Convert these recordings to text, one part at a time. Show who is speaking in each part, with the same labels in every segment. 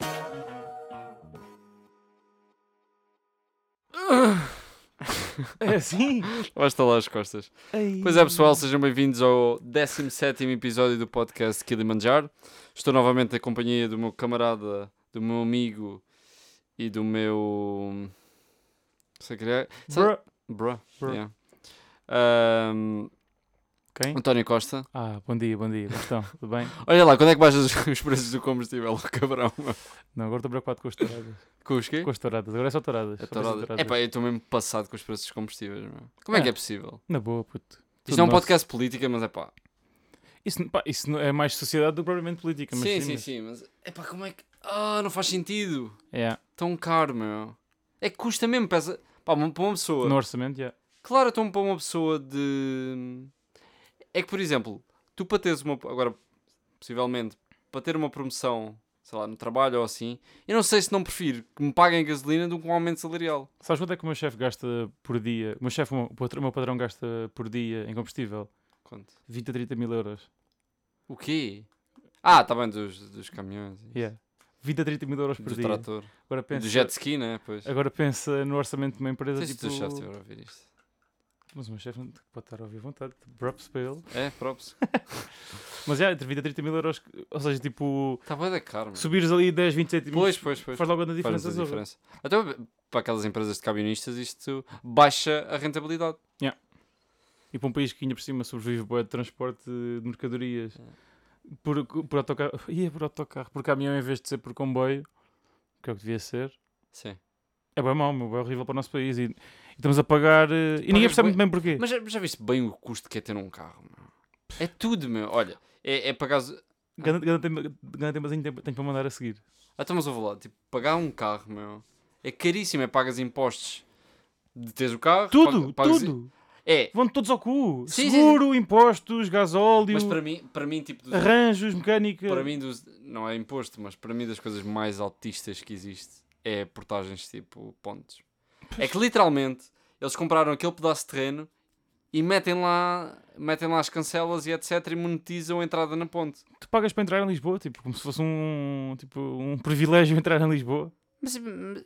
Speaker 1: É assim?
Speaker 2: Vai estalar as costas.
Speaker 1: Ai.
Speaker 2: Pois é, pessoal, sejam bem-vindos ao 17 episódio do podcast Kilimanjaro. Estou novamente na companhia do meu camarada, do meu amigo e do meu. Sei que é.
Speaker 1: Bruh.
Speaker 2: Bruh.
Speaker 1: Bruh.
Speaker 2: yeah. Ahm,
Speaker 1: Quem?
Speaker 2: António Costa.
Speaker 1: Ah, bom dia, bom dia. Como estão? Tudo bem?
Speaker 2: Olha lá, quando é que baixas os- os preços do combustível, cabrão? meu?
Speaker 1: Não, agora estou preocupado com as touradas.
Speaker 2: Com os quê?
Speaker 1: Com as touradas. Agora é só touradas.
Speaker 2: A
Speaker 1: Só penso em
Speaker 2: tourada. É pá, eu estou mesmo passado com os preços dos combustíveis, meu. Como é,
Speaker 1: É.
Speaker 2: que é possível?
Speaker 1: Na boa, puto.
Speaker 2: Isto
Speaker 1: Tudo
Speaker 2: não é um
Speaker 1: nosso.
Speaker 2: podcast política, mas é pá.
Speaker 1: Isso, não- pá, isso não é mais sociedade do que propriamente política. Mas
Speaker 2: Sim,
Speaker 1: sim,
Speaker 2: sim,
Speaker 1: assim, mas- é,
Speaker 2: sim, mas é pá, como é que. Ah, não faz sentido.
Speaker 1: Yeah.
Speaker 2: Tão caro, meu. É que custa mesmo, pesa. Pá, uma- para uma pessoa.
Speaker 1: No orçamento, yeah.
Speaker 2: Claro, então para uma pessoa de. É que, por exemplo, tu para teres uma. Agora, possivelmente, para ter uma promoção, sei lá, no trabalho ou assim, eu não sei se não prefiro que me paguem gasolina do que um aumento salarial.
Speaker 1: Sabes quanto é que o meu chefe gasta por dia? O meu chefe, o meu patr- o meu padrão gasta por dia em combustível?
Speaker 2: Quanto?
Speaker 1: 20 a 30 mil euros.
Speaker 2: O quê? Ah, está bem, dos, dos caminhões, e
Speaker 1: Yeah. 20 a 30 mil euros por
Speaker 2: do
Speaker 1: dia.
Speaker 2: trator,
Speaker 1: Agora
Speaker 2: e
Speaker 1: pensa,
Speaker 2: do jet ski, né? Pois. Não
Speaker 1: agora pensa no orçamento de uma empresa
Speaker 2: sei se o
Speaker 1: tipo...
Speaker 2: teu chefe estiver a ouvir isto.
Speaker 1: Mas o meu chefe não pode estar a ouvir à vontade. Props para ele.
Speaker 2: É, props.
Speaker 1: Mas é, entre 20 a 30 mil euros, ou seja, tipo,
Speaker 2: Está bem Tá da caro, meu.
Speaker 1: subires ali 10, 20
Speaker 2: Pois,
Speaker 1: centímetros,
Speaker 2: pois, pois.
Speaker 1: faz logo a
Speaker 2: Faz
Speaker 1: diferença.
Speaker 2: muita
Speaker 1: zorra.
Speaker 2: diferença. Até para aquelas empresas de camionistas, isto baixa a rentabilidade.
Speaker 1: E para um país que ainda por cima sobrevive bué de transporte de
Speaker 2: É.
Speaker 1: mercadorias por, por autocarro, ia por autocarro, por caminhão em vez de ser por comboio, que é o que devia ser,
Speaker 2: Sim.
Speaker 1: é bem mau, meu, é horrível para o nosso país. E, e estamos a pagar. eh, E ninguém
Speaker 2: Pagas
Speaker 1: percebe
Speaker 2: bué-
Speaker 1: muito bem porquê.
Speaker 2: Mas já, já viste bem o custo que é ter um carro, meu? É tudo, meu. Olha, é, é pagar.
Speaker 1: Ganda ganda tema- ganda temazinho tem, tem para mandar a seguir.
Speaker 2: Até mas ouve lá, tipo, pagar um carro, meu. É caríssimo, é pagas impostos de teres o carro.
Speaker 1: Tudo,
Speaker 2: pag- pagas-
Speaker 1: tudo.
Speaker 2: É,
Speaker 1: Vão todos ao cu.
Speaker 2: Sim, sim,
Speaker 1: Seguro, impostos, gasóleo,
Speaker 2: mas para mim, para mim tipo, dos-
Speaker 1: arranjos, mecânica.
Speaker 2: para mim dos- não é imposto, mas para mim das coisas mais altistas que existe é portagens tipo pontos. É que literalmente eles compraram aquele pedaço de terreno e metem lá, metem lá as cancelas e etc e monetizam a entrada na ponte.
Speaker 1: Tu pagas para entrar em Lisboa, tipo, como se fosse um, tipo, um privilégio entrar em Lisboa.
Speaker 2: Mas,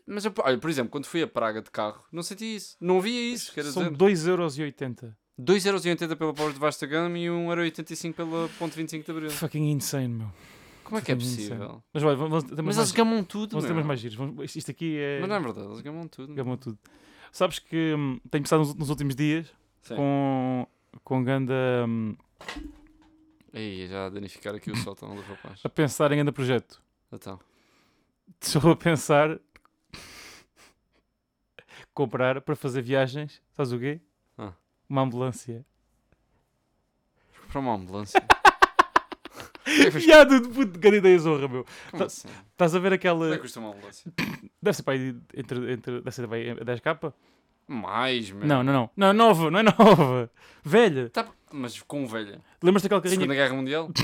Speaker 2: mas eu, olha, por exemplo, quando fui a Praga de carro, não senti isso. Não havia isso, quer
Speaker 1: São
Speaker 2: dizer.
Speaker 1: 2,80€.
Speaker 2: 2,80€ pela Power de Vastagram e 1,85€ pela Ponte 25 de Abril.
Speaker 1: Fucking insane, meu.
Speaker 2: Como é que é
Speaker 1: Fucking insane.
Speaker 2: possível?
Speaker 1: Mas olha, vamos ter
Speaker 2: Mas
Speaker 1: mais,
Speaker 2: eles gamam tudo,
Speaker 1: vamos ter
Speaker 2: meu.
Speaker 1: mais giros. Vamos- isto- isto aqui é.
Speaker 2: Mas não é verdade, eles gamam tudo.
Speaker 1: gamou tudo. Sabes que hum, tenho pensado nos, nos últimos dias
Speaker 2: Sim.
Speaker 1: com, com Ganda hum,
Speaker 2: Aí, já a danificar aqui o sótão do rapaz.
Speaker 1: a pensar em Ganda projeto.
Speaker 2: Então.
Speaker 1: Estou a pensar comprar para fazer viagens. Sabes o quê?
Speaker 2: Ah.
Speaker 1: Uma ambulância.
Speaker 2: Para uma ambulância. Como é que-
Speaker 1: Já, dude, puto, grande ideia zorra, meu.
Speaker 2: Como assim?
Speaker 1: Estás a ver
Speaker 2: Quanto é
Speaker 1: aquela.
Speaker 2: que custa uma ambulância?
Speaker 1: Deve ser para aí entre, entre, deve ser para aí 10 k
Speaker 2: Mais, meu.
Speaker 1: Não, não, não. Não, é nova, não é nova. Velha.
Speaker 2: Tá- mas com velha.
Speaker 1: Lembras daquela carrinha?
Speaker 2: Segunda Guerra Mundial?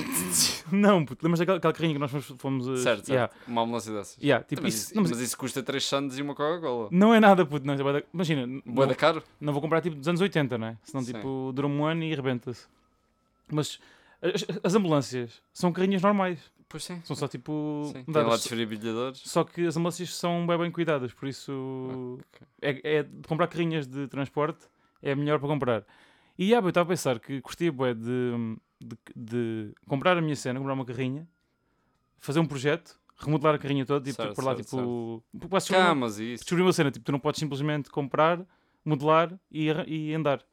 Speaker 1: Não, puto. Lembras daquela aquela carrinha que nós fomos. fomos uh,
Speaker 2: certo, certo.
Speaker 1: yeah,
Speaker 2: Uma ambulância dessas.
Speaker 1: yeah, tipo,
Speaker 2: mas,
Speaker 1: isso,
Speaker 2: isso,
Speaker 1: não, mas
Speaker 2: mas isso custa 3 sandes e uma Coca-Cola.
Speaker 1: não é nada, puto. Não, isso é bué da- imagina, n- não,
Speaker 2: Boa da caro?
Speaker 1: não vou comprar tipo dos anos 80, não é? Senão
Speaker 2: Sim.
Speaker 1: tipo dura um ano e arrebenta-se. Mas as, as ambulâncias são carrinhas normais.
Speaker 2: Pois sim.
Speaker 1: São só tipo.
Speaker 2: sim. um Tem
Speaker 1: mudadas.
Speaker 2: lá desfribilhadores.
Speaker 1: Só que as ambulâncias são bem, bem cuidadas, por isso é, é de comprar carrinhas de transporte é melhor para comprar. E ah, eu estava a pensar que curtia bué, de, de, de comprar a minha cena, comprar uma carrinha, fazer um projeto, remodelar a carrinha toda, tipo,
Speaker 2: Certo,
Speaker 1: por lá,
Speaker 2: certo,
Speaker 1: tipo, quase descobri uma-
Speaker 2: Camas e isso.
Speaker 1: descobri uma cena, tipo, tu não podes simplesmente comprar, modelar e, arra- e andar.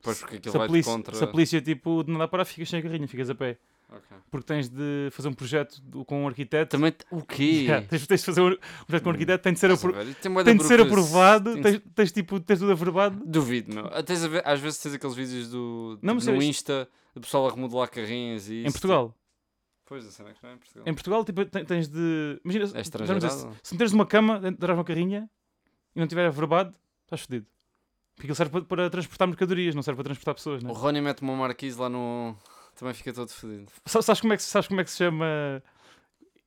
Speaker 2: Pois porque aquilo
Speaker 1: Se a,
Speaker 2: vai
Speaker 1: polícia,
Speaker 2: contra.
Speaker 1: se a polícia, tipo, de nada para, ficas sem a carrinha, ficas a pé.
Speaker 2: Ok.
Speaker 1: Porque tens de fazer um projeto do- com um arquiteto.
Speaker 2: Também. Hum. t- O quê?
Speaker 1: Yeah, tens, tens de fazer um, um projeto com um arquiteto, tem de ser,
Speaker 2: Nossa,
Speaker 1: apro-
Speaker 2: velho, tem bué da
Speaker 1: tem de ser
Speaker 2: burocracia.
Speaker 1: aprovado,
Speaker 2: Tem-
Speaker 1: tens, tens, tipo, tens tudo averbado.
Speaker 2: Duvido, meu. Ah, tens a ver- às vezes tens aqueles vídeos do,
Speaker 1: Não, mas
Speaker 2: tipo, no
Speaker 1: é isto.
Speaker 2: Insta do pessoal a remodelar carrinhas e isso.
Speaker 1: Em Portugal.
Speaker 2: tipo. Pois, a cena é que não é em Portugal.
Speaker 1: Em Portugal, tipo, te- tens de.
Speaker 2: É
Speaker 1: Imagina, se-
Speaker 2: estrangeirado?
Speaker 1: vamos dizer, se- se meteres uma cama dentro de uma carrinha e não tiver averbado, estás fodido. Porque ele serve para, para transportar mercadorias, não serve para transportar pessoas,
Speaker 2: O
Speaker 1: né?
Speaker 2: Rony mete uma marquise lá no. Também fica todo fodido.
Speaker 1: Sa- Sabes como, é que, se- sabes como é que se chama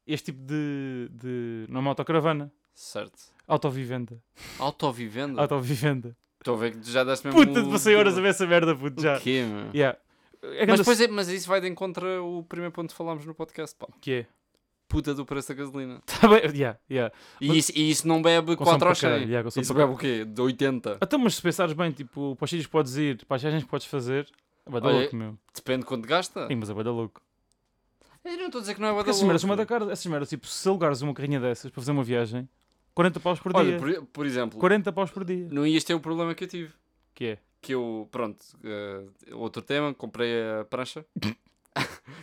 Speaker 1: este tipo de. de não é uma autocaravana?
Speaker 2: Certo.
Speaker 1: Autovivenda.
Speaker 2: Autovivenda?
Speaker 1: Autovivenda.
Speaker 2: Estou a ver que já deste mesmo.
Speaker 1: Puta, passei horas a ver essa merda, puto, já.
Speaker 2: O quê, meu?
Speaker 1: Yeah. É
Speaker 2: Mas,
Speaker 1: grande
Speaker 2: depois é- mas isso vai de encontro ao primeiro ponto que falámos no podcast, pá.
Speaker 1: que é?
Speaker 2: puta do preço da gasolina.
Speaker 1: Tá bem, yeah, yeah.
Speaker 2: E
Speaker 1: Mas-
Speaker 2: isso, e isso não bebe
Speaker 1: Consome
Speaker 2: 4 aos
Speaker 1: para
Speaker 2: 100.
Speaker 1: caralho, yeah, um consome
Speaker 2: isso é
Speaker 1: para
Speaker 2: bebe o quê? De 80.
Speaker 1: Então, mas se pensares bem, tipo, para os sítios que podes ir, para as viagens que podes fazer, vai dar
Speaker 2: Olha,
Speaker 1: louco, meu.
Speaker 2: Depende de quanto gasta.
Speaker 1: Sim, mas é bué da louco.
Speaker 2: Eu não estou a dizer que não é bué
Speaker 1: Porque
Speaker 2: da
Speaker 1: essas merdas, são bué da
Speaker 2: louco.
Speaker 1: cara, essas merdas, tipo, se alugares uma carrinha dessas para fazer uma viagem, 40 paus por dia.
Speaker 2: Olha, por, por exemplo,
Speaker 1: 40 paus por dia.
Speaker 2: não ias ter o problema que eu tive.
Speaker 1: Que é?
Speaker 2: Que eu, pronto, eh, outro tema, comprei a prancha.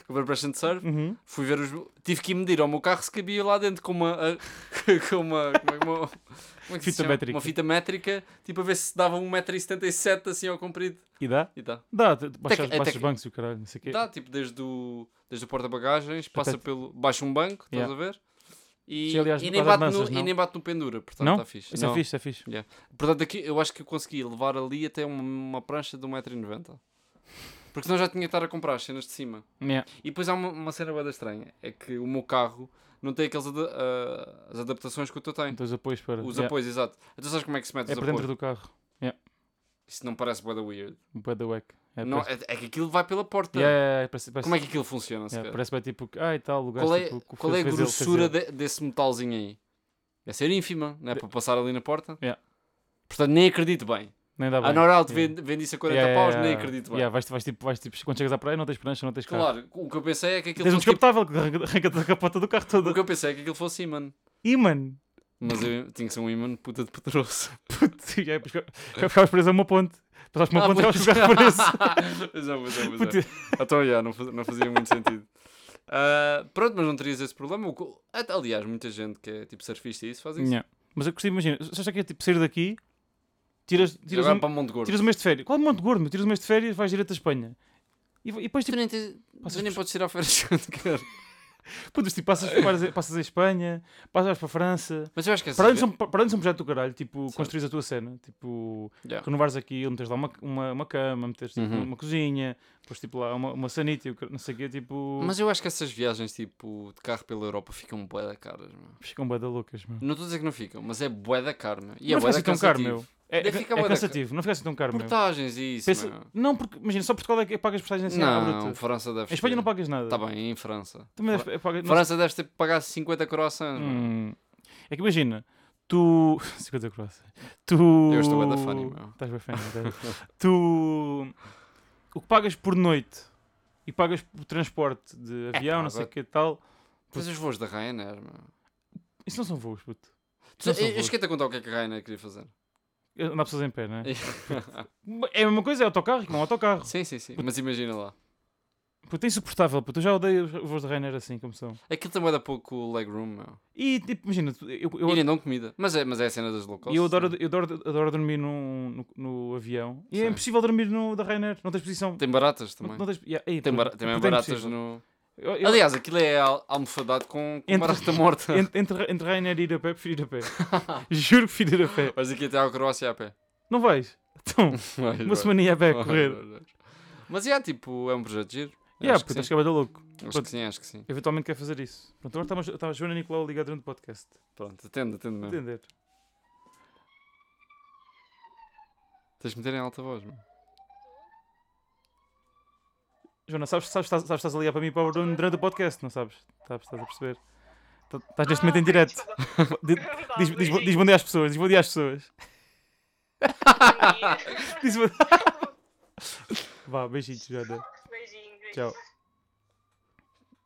Speaker 2: comprei a prancha de surf.
Speaker 1: Uhum.
Speaker 2: Fui ver os. Tive que ir medir ao meu carro se cabia lá dentro com uma. a- com uma. Como é, que- uma, como é que se
Speaker 1: Fita
Speaker 2: chama?
Speaker 1: métrica.
Speaker 2: Uma fita métrica, tipo a ver se dava 1,77m assim ao comprido.
Speaker 1: E dá?
Speaker 2: E dá.
Speaker 1: Dá, te- te baixas,
Speaker 2: até
Speaker 1: baixas
Speaker 2: que-
Speaker 1: bancos e o caralho, não sei o quê.
Speaker 2: Dá, tipo, desde o, desde o porta-bagagens, passa
Speaker 1: Até-
Speaker 2: pelo. baixa um banco, estás
Speaker 1: Yeah.
Speaker 2: a ver? E,
Speaker 1: Isso, aliás,
Speaker 2: e
Speaker 1: por
Speaker 2: nem
Speaker 1: causa de
Speaker 2: bate no,
Speaker 1: mansas,
Speaker 2: e
Speaker 1: não?
Speaker 2: nem bate no pendura, portanto
Speaker 1: Não?
Speaker 2: está fixe.
Speaker 1: Isso
Speaker 2: Não.
Speaker 1: é fixe, é fixe.
Speaker 2: Portanto, aqui eu acho que eu consegui levar ali até uma, uma prancha de 1,90m. Porque senão já tinha que estar a comprar as cenas de cima.
Speaker 1: Yeah.
Speaker 2: E depois há uma, uma cena bada estranha: é que o meu carro não tem aquelas ada- ah, as adaptações que o teu tem.
Speaker 1: Então os apoios para.
Speaker 2: Os
Speaker 1: yeah.
Speaker 2: apoios, exato. Então sabes como é que se mete
Speaker 1: É
Speaker 2: os
Speaker 1: para
Speaker 2: apoios?
Speaker 1: dentro do carro.
Speaker 2: Isso não parece bada weird.
Speaker 1: Bué da wack. É,
Speaker 2: não,
Speaker 1: parece-
Speaker 2: é, é que aquilo vai pela porta.
Speaker 1: Yeah, yeah, yeah, parece- parece-
Speaker 2: Como é que aquilo funciona?
Speaker 1: yeah,
Speaker 2: sequer?
Speaker 1: Parece bem tipo, que, ah e tal, o gajo
Speaker 2: qual é,
Speaker 1: tipo, que
Speaker 2: qual é a
Speaker 1: fez ele, fez
Speaker 2: grossura
Speaker 1: ele.
Speaker 2: de- desse metalzinho aí? Deve ser ínfima, não é?
Speaker 1: De-
Speaker 2: Para passar ali na porta.
Speaker 1: Yeah.
Speaker 2: Portanto, nem acredito bem.
Speaker 1: Nem dá bem.
Speaker 2: a Norauto
Speaker 1: yeah.
Speaker 2: vende, vende isso a 40
Speaker 1: Yeah, yeah,
Speaker 2: paus, nem
Speaker 1: yeah.
Speaker 2: acredito bem.
Speaker 1: Yeah, vais, vais, tipo, vais, tipo, quando chegas à praia não tens prancha, não tens carro.
Speaker 2: Claro, o que eu pensei é que aquilo
Speaker 1: Tens um
Speaker 2: fosse. tipo-
Speaker 1: descapotável que arranca- arranca-te a capota do carro
Speaker 2: o
Speaker 1: todo.
Speaker 2: que eu pensei é que aquilo fosse imã.
Speaker 1: E mano,
Speaker 2: Mas eu tinha que ser um imã puta de poderoso.
Speaker 1: puto, e aí depois fica- ficavas preso a uma ponte. Passaste uma
Speaker 2: Ah,
Speaker 1: ponte e
Speaker 2: pois.
Speaker 1: estavas a preso.
Speaker 2: Pois é, pois é, pois é.
Speaker 1: Puto,
Speaker 2: Então, já, não, faz- não fazia muito sentido. Ah, pronto, mas não terias esse problema. O co- até, Aliás, muita gente que é tipo surfista e isso faz isso.
Speaker 1: yeah. Mas eu gostei, imagina, se achas que é tipo sair daqui, tiras, tiras,
Speaker 2: Agora é
Speaker 1: um,
Speaker 2: para Monte Gordo.
Speaker 1: tiras um mês de férias. Qual é o Monte Gordo? meu? Tiras um mês de férias, vais direto à Espanha. E, e depois
Speaker 2: Tu
Speaker 1: tipo,
Speaker 2: nem, tens- tu
Speaker 1: Passas
Speaker 2: nem
Speaker 1: por-
Speaker 2: podes tirar férias quando queres.
Speaker 1: puto, tipo, passas, passas, passas a Espanha, passas para a França.
Speaker 2: Mas eu acho que
Speaker 1: Para
Speaker 2: essas
Speaker 1: onde, são, um, para onde são projeto do caralho, tipo,
Speaker 2: Certo.
Speaker 1: construís a tua cena, tipo,
Speaker 2: Yeah.
Speaker 1: renovares aquilo, meteres lá uma, uma, uma cama, meteres tipo,
Speaker 2: Uhum.
Speaker 1: uma cozinha, depois tipo lá uma, uma sanita, e o car- não sei o quê, tipo,
Speaker 2: Mas eu acho que essas viagens, tipo, de carro pela Europa ficam bué da caras, meu.
Speaker 1: ficam bué da loucas, meu.
Speaker 2: Não estou a dizer que não ficam, mas é bué da caro, meu. E
Speaker 1: não
Speaker 2: é
Speaker 1: fica
Speaker 2: bué da
Speaker 1: assim tão caro,
Speaker 2: cansativo.
Speaker 1: meu. É,
Speaker 2: Ainda
Speaker 1: é,
Speaker 2: fica
Speaker 1: é
Speaker 2: bué da tá ca-
Speaker 1: cansativo, não fica assim tão caro, meu.
Speaker 2: Portagens e isso,
Speaker 1: Pensa-
Speaker 2: meu.
Speaker 1: Não, porque, imagina, só Portugal é que pagas portagens assim à
Speaker 2: Não,
Speaker 1: bruta.
Speaker 2: França deve
Speaker 1: Em Espanha não pagas nada.
Speaker 2: Está bem, em França.
Speaker 1: Também deves, é, pagas- não-
Speaker 2: França deves ter que pagar 50 croissants, meu.
Speaker 1: Hum. É que imagina, tu... 50 cross. Tu...
Speaker 2: Eu estou bué da funny, meu.
Speaker 1: Estás bem funny, estás- tu... O que pagas por noite e pagas por transporte de avião,
Speaker 2: pá,
Speaker 1: não sei o
Speaker 2: agora-
Speaker 1: que tal,
Speaker 2: Mas os voos da Ryanair, meu.
Speaker 1: isso não são voos, puto. Isso
Speaker 2: Tu, eu
Speaker 1: não são
Speaker 2: eu
Speaker 1: voos.
Speaker 2: esqueci de contar o que é que a Ryanair queria fazer.
Speaker 1: Andar pessoas em pé, não é? É a mesma coisa, é autocarro, que não é autocarro.
Speaker 2: sim, sim, sim. Mas imagina lá.
Speaker 1: Puto, é insuportável, puto. Eu já odeio os voos da Rainer assim, como são.
Speaker 2: Aquilo também dá pouco legroom, meu.
Speaker 1: E tipo, imagina, tu- eu, eu,
Speaker 2: E nem dão comida. Mas é, mas é a cena das low cost.
Speaker 1: E eu adoro,
Speaker 2: sim.
Speaker 1: eu adoro, adoro dormir num- no, no, avião. E é
Speaker 2: Sim.
Speaker 1: impossível dormir no da Rainer. Não tens posição.
Speaker 2: Tem
Speaker 1: não,
Speaker 2: baratas também.
Speaker 1: não tens, yeah, ei,
Speaker 2: Tem,
Speaker 1: puto,
Speaker 2: bara também
Speaker 1: puto, é
Speaker 2: baratas
Speaker 1: impossível.
Speaker 2: no...
Speaker 1: Eu- eu-
Speaker 2: Aliás, aquilo é al- almofadado com, com
Speaker 1: Entre- É.
Speaker 2: barata morta.
Speaker 1: ent- entre, entre Rainer e ir a pé, prefiro ir a pé. Juro que prefiro ir a pé.
Speaker 2: Mas aqui até à Croácia a pé.
Speaker 1: Não vais? Então,
Speaker 2: Vai,
Speaker 1: uma
Speaker 2: vai.
Speaker 1: semaninha a pé a
Speaker 2: Vai,
Speaker 1: correr.
Speaker 2: vai, vai. Mas é, tipo, é um projeto giro.
Speaker 1: Yeah,
Speaker 2: acho, que
Speaker 1: puto, acho
Speaker 2: sim.
Speaker 1: que é bué da louco.
Speaker 2: acho que
Speaker 1: pronto.
Speaker 2: sim, acho que sim.
Speaker 1: Eventualmente quer fazer isso. Pronto, agora estamos- estava a Joana e Nicolau ligar durante o podcast.
Speaker 2: Pronto, atende, atende mesmo.
Speaker 1: Entender?
Speaker 2: Tens de meter em alta voz, mano.
Speaker 1: Joana, sabes sabes, sabes, sabes que estás a ligar para mim e para o Bruno durante o podcast, não sabes? Sabes, estás a perceber? Tá- Estás neste momento em direto. Di- Diz, diz, diz bom dia às pessoas, diz bom dia às pessoas. Diz bom... Vá, beijinhos, Joana.
Speaker 3: Beijinho, beijinho.
Speaker 1: Tchau.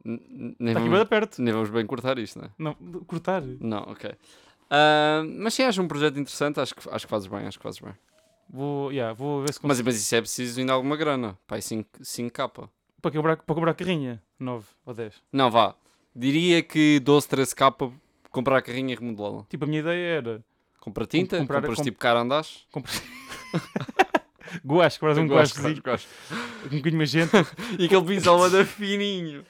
Speaker 2: N- n- Nem
Speaker 1: Está Tá aqui
Speaker 2: vamos,
Speaker 1: bem de perto.
Speaker 2: nem vamos bem cortar isto, não é?
Speaker 1: Não, cortar.
Speaker 2: Não, ok. Ah, mas sim, acho um projeto interessante, acho que, acho que fazes bem, acho que fazes bem.
Speaker 1: Vou, yeah, vou ver se consigo.
Speaker 2: Mas, mas isso é preciso ainda alguma grana, pá, 5k.
Speaker 1: Para, quebrar, para comprar carrinha, 9 ou 10.
Speaker 2: Não, vá, diria que 12, 13k comprar a carrinha e remodelá-la.
Speaker 1: Tipo, a minha ideia era
Speaker 2: Compra tinta,
Speaker 1: comprar-
Speaker 2: compras
Speaker 1: comp-
Speaker 2: tipo carandás.
Speaker 1: comprar. guache, comprar um
Speaker 2: Gosto,
Speaker 1: guachezinho
Speaker 2: gosto, gosto.
Speaker 1: com um bocadinho mais gente.
Speaker 2: E aquele pincel anda fininho.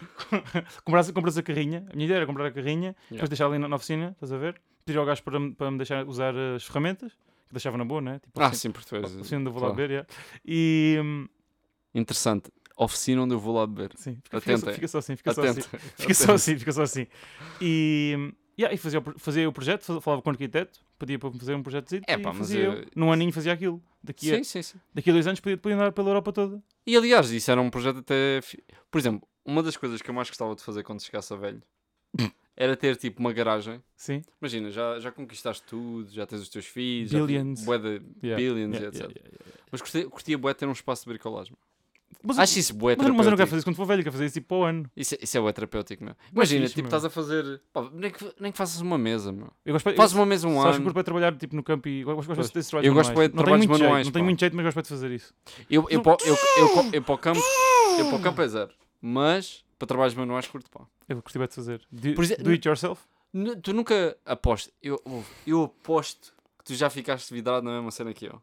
Speaker 1: compras, compras a carrinha, a minha ideia era comprar a carrinha,
Speaker 2: Yeah.
Speaker 1: depois deixar ali na, na oficina, estás a ver? Pedir ao gajo para, me- para me deixar usar as ferramentas, que deixava na boa, né? Tipo,
Speaker 2: Ah,
Speaker 1: oficina-
Speaker 2: sim, porque tu és-
Speaker 1: oficina onde eu vou lá
Speaker 2: claro.
Speaker 1: beber, yeah. E. hum,
Speaker 2: Interessante. Oficina onde eu vou lá beber.
Speaker 1: Sim, fica, fica
Speaker 2: Atento,
Speaker 1: só,
Speaker 2: é.
Speaker 1: fica só assim, fica só assim.
Speaker 2: Atento.
Speaker 1: Fica só assim, fica só assim. E. hum, yeah, e fazia, o pro- fazia o projeto, fa- falava com o arquiteto, pedia para me fazer um projeto
Speaker 2: É
Speaker 1: e
Speaker 2: pá, mas
Speaker 1: fazia
Speaker 2: eu-
Speaker 1: eu. Num aninho fazia aquilo. Daqui a,
Speaker 2: Sim, sim, sim.
Speaker 1: daqui a dois anos podia, podia andar pela Europa toda.
Speaker 2: E aliás, isso era um projeto até. fi- Por exemplo, uma das coisas que eu mais gostava de fazer quando chegasse a velho era ter tipo uma garagem.
Speaker 1: Sim.
Speaker 2: Imagina, já, já conquistaste tudo, já tens os teus filhos,
Speaker 1: Billions.
Speaker 2: já bué de
Speaker 1: Yeah,
Speaker 2: billions,
Speaker 1: Yeah,
Speaker 2: etc.
Speaker 1: yeah, yeah, yeah.
Speaker 2: Mas curtia, curtia bué de ter um espaço de bricolagem.
Speaker 1: Mas,
Speaker 2: Acho isso bué
Speaker 1: mas eu- mas eu não quero
Speaker 2: terapêutico.
Speaker 1: fazer isso quando for velho, quero fazer isso tipo para o ano.
Speaker 2: Isso, é- isso é bué terapêutico, meu. Imagina,
Speaker 1: fixe,
Speaker 2: tipo,
Speaker 1: meu.
Speaker 2: estás a fazer... pá, nem, que, nem que faças uma mesa, meu.
Speaker 1: Eu gosto
Speaker 2: Fazes uma mesa um
Speaker 1: Sabes que
Speaker 2: ano.
Speaker 1: curto para trabalhar tipo, no campo e gosto, gosto
Speaker 2: Pois.
Speaker 1: desses trabalhos
Speaker 2: Eu gosto
Speaker 1: manuais.
Speaker 2: bué de
Speaker 1: Não tenho
Speaker 2: trabalhos
Speaker 1: muito jeito,
Speaker 2: manuais,
Speaker 1: Não tenho
Speaker 2: pá.
Speaker 1: muito jeito, mas gosto bué de fazer isso.
Speaker 2: Eu, eu, pa- eu, eu, eu, eu para o campo, eu para o campo é zero. Mas para trabalhos manuais curto pá.
Speaker 1: Eu gosto bué de fazer. Do,
Speaker 2: Por exemplo-
Speaker 1: do it yourself?
Speaker 2: Nu- Tu nunca aposto. Eu, ouve, eu aposto que tu já ficaste vidrado na mesma cena que eu.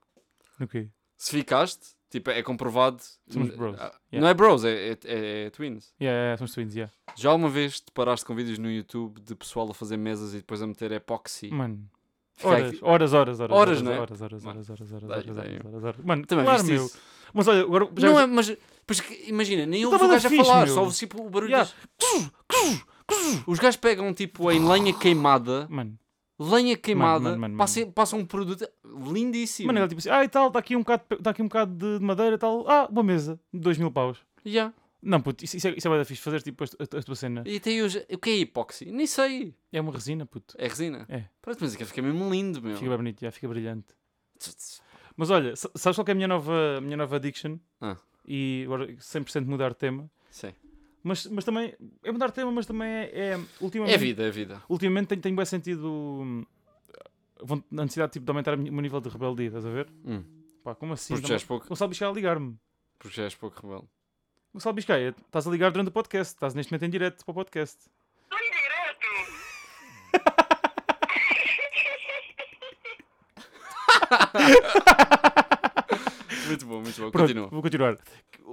Speaker 1: No quê?
Speaker 2: Se ficaste, tipo, é comprovado.
Speaker 1: Somos bros,
Speaker 2: Ah,
Speaker 1: yeah.
Speaker 2: Não é bros, é, é, é- é twins.
Speaker 1: Yeah, yeah, somos twins, yeah.
Speaker 2: Já uma vez te paraste com vídeos no YouTube de pessoal a fazer mesas e depois a meter epoxy?
Speaker 1: Mano.
Speaker 2: Fiquei
Speaker 1: Horas,
Speaker 2: aqui-
Speaker 1: horas, horas, horas.
Speaker 2: Horas, não é?
Speaker 1: Horas, horas,
Speaker 2: Mano,
Speaker 1: horas, horas, horas,
Speaker 2: dá-
Speaker 1: horas,
Speaker 2: dá aí.
Speaker 1: horas, horas, horas. Mano,
Speaker 2: Também
Speaker 1: claro,
Speaker 2: viste
Speaker 1: meu.
Speaker 2: isso?
Speaker 1: Mas olha, agora já
Speaker 2: Não é, mas pois que- imagina, nem
Speaker 1: Eu
Speaker 2: ouves o
Speaker 1: tava
Speaker 2: gajo a
Speaker 1: fixe,
Speaker 2: falar,
Speaker 1: meu.
Speaker 2: só ouves tipo o barulho.
Speaker 1: Yeah.
Speaker 2: das- Os gajos pegam tipo em lenha queimada,
Speaker 1: Mano,
Speaker 2: lenha queimada,
Speaker 1: mano, mano,
Speaker 2: passa- passa um produto lindíssimo.
Speaker 1: mano, ele tipo assim, ah, e tal, está aqui um bocado, de pe- tá aqui um bocado de, de madeira, tal. Ah, uma mesa, dois mil paus.
Speaker 2: Yeah.
Speaker 1: Não, puto, isso, isso é, isso é bué da fixe, fazer tipo a, tu- a tua cena.
Speaker 2: E tem os... O que é hipóxi? Nem sei.
Speaker 1: É uma resina, puto.
Speaker 2: É resina?
Speaker 1: É.
Speaker 2: Pronto, mas aquilo fica mesmo lindo, meu.
Speaker 1: Fica bem bonito, já, fica brilhante. Mas olha, sa- sabes qual que é a minha nova, a minha nova addiction?
Speaker 2: Ah.
Speaker 1: E agora 100% mudar de tema.
Speaker 2: Sim.
Speaker 1: Mas, mas também, é mudar de tema, mas também é, é ultimamente...
Speaker 2: É vida, é vida.
Speaker 1: ultimamente tenho, tenho bem sentido hum, von- a necessidade tipo, de aumentar o meu nível de rebeldia, estás a ver?
Speaker 2: Hum.
Speaker 1: Pá, como assim?
Speaker 2: Porque já és pouco,
Speaker 1: Gonçalo Biscaia a ligar-me.
Speaker 2: porque já és pouco rebelde.
Speaker 1: Gonçalo Biscaia, estás a ligar durante o podcast, estás neste momento em direto para o podcast.
Speaker 3: Estou em direto!
Speaker 2: Muito bom, muito bom.
Speaker 1: Pronto,
Speaker 2: Continua.
Speaker 1: vou continuar.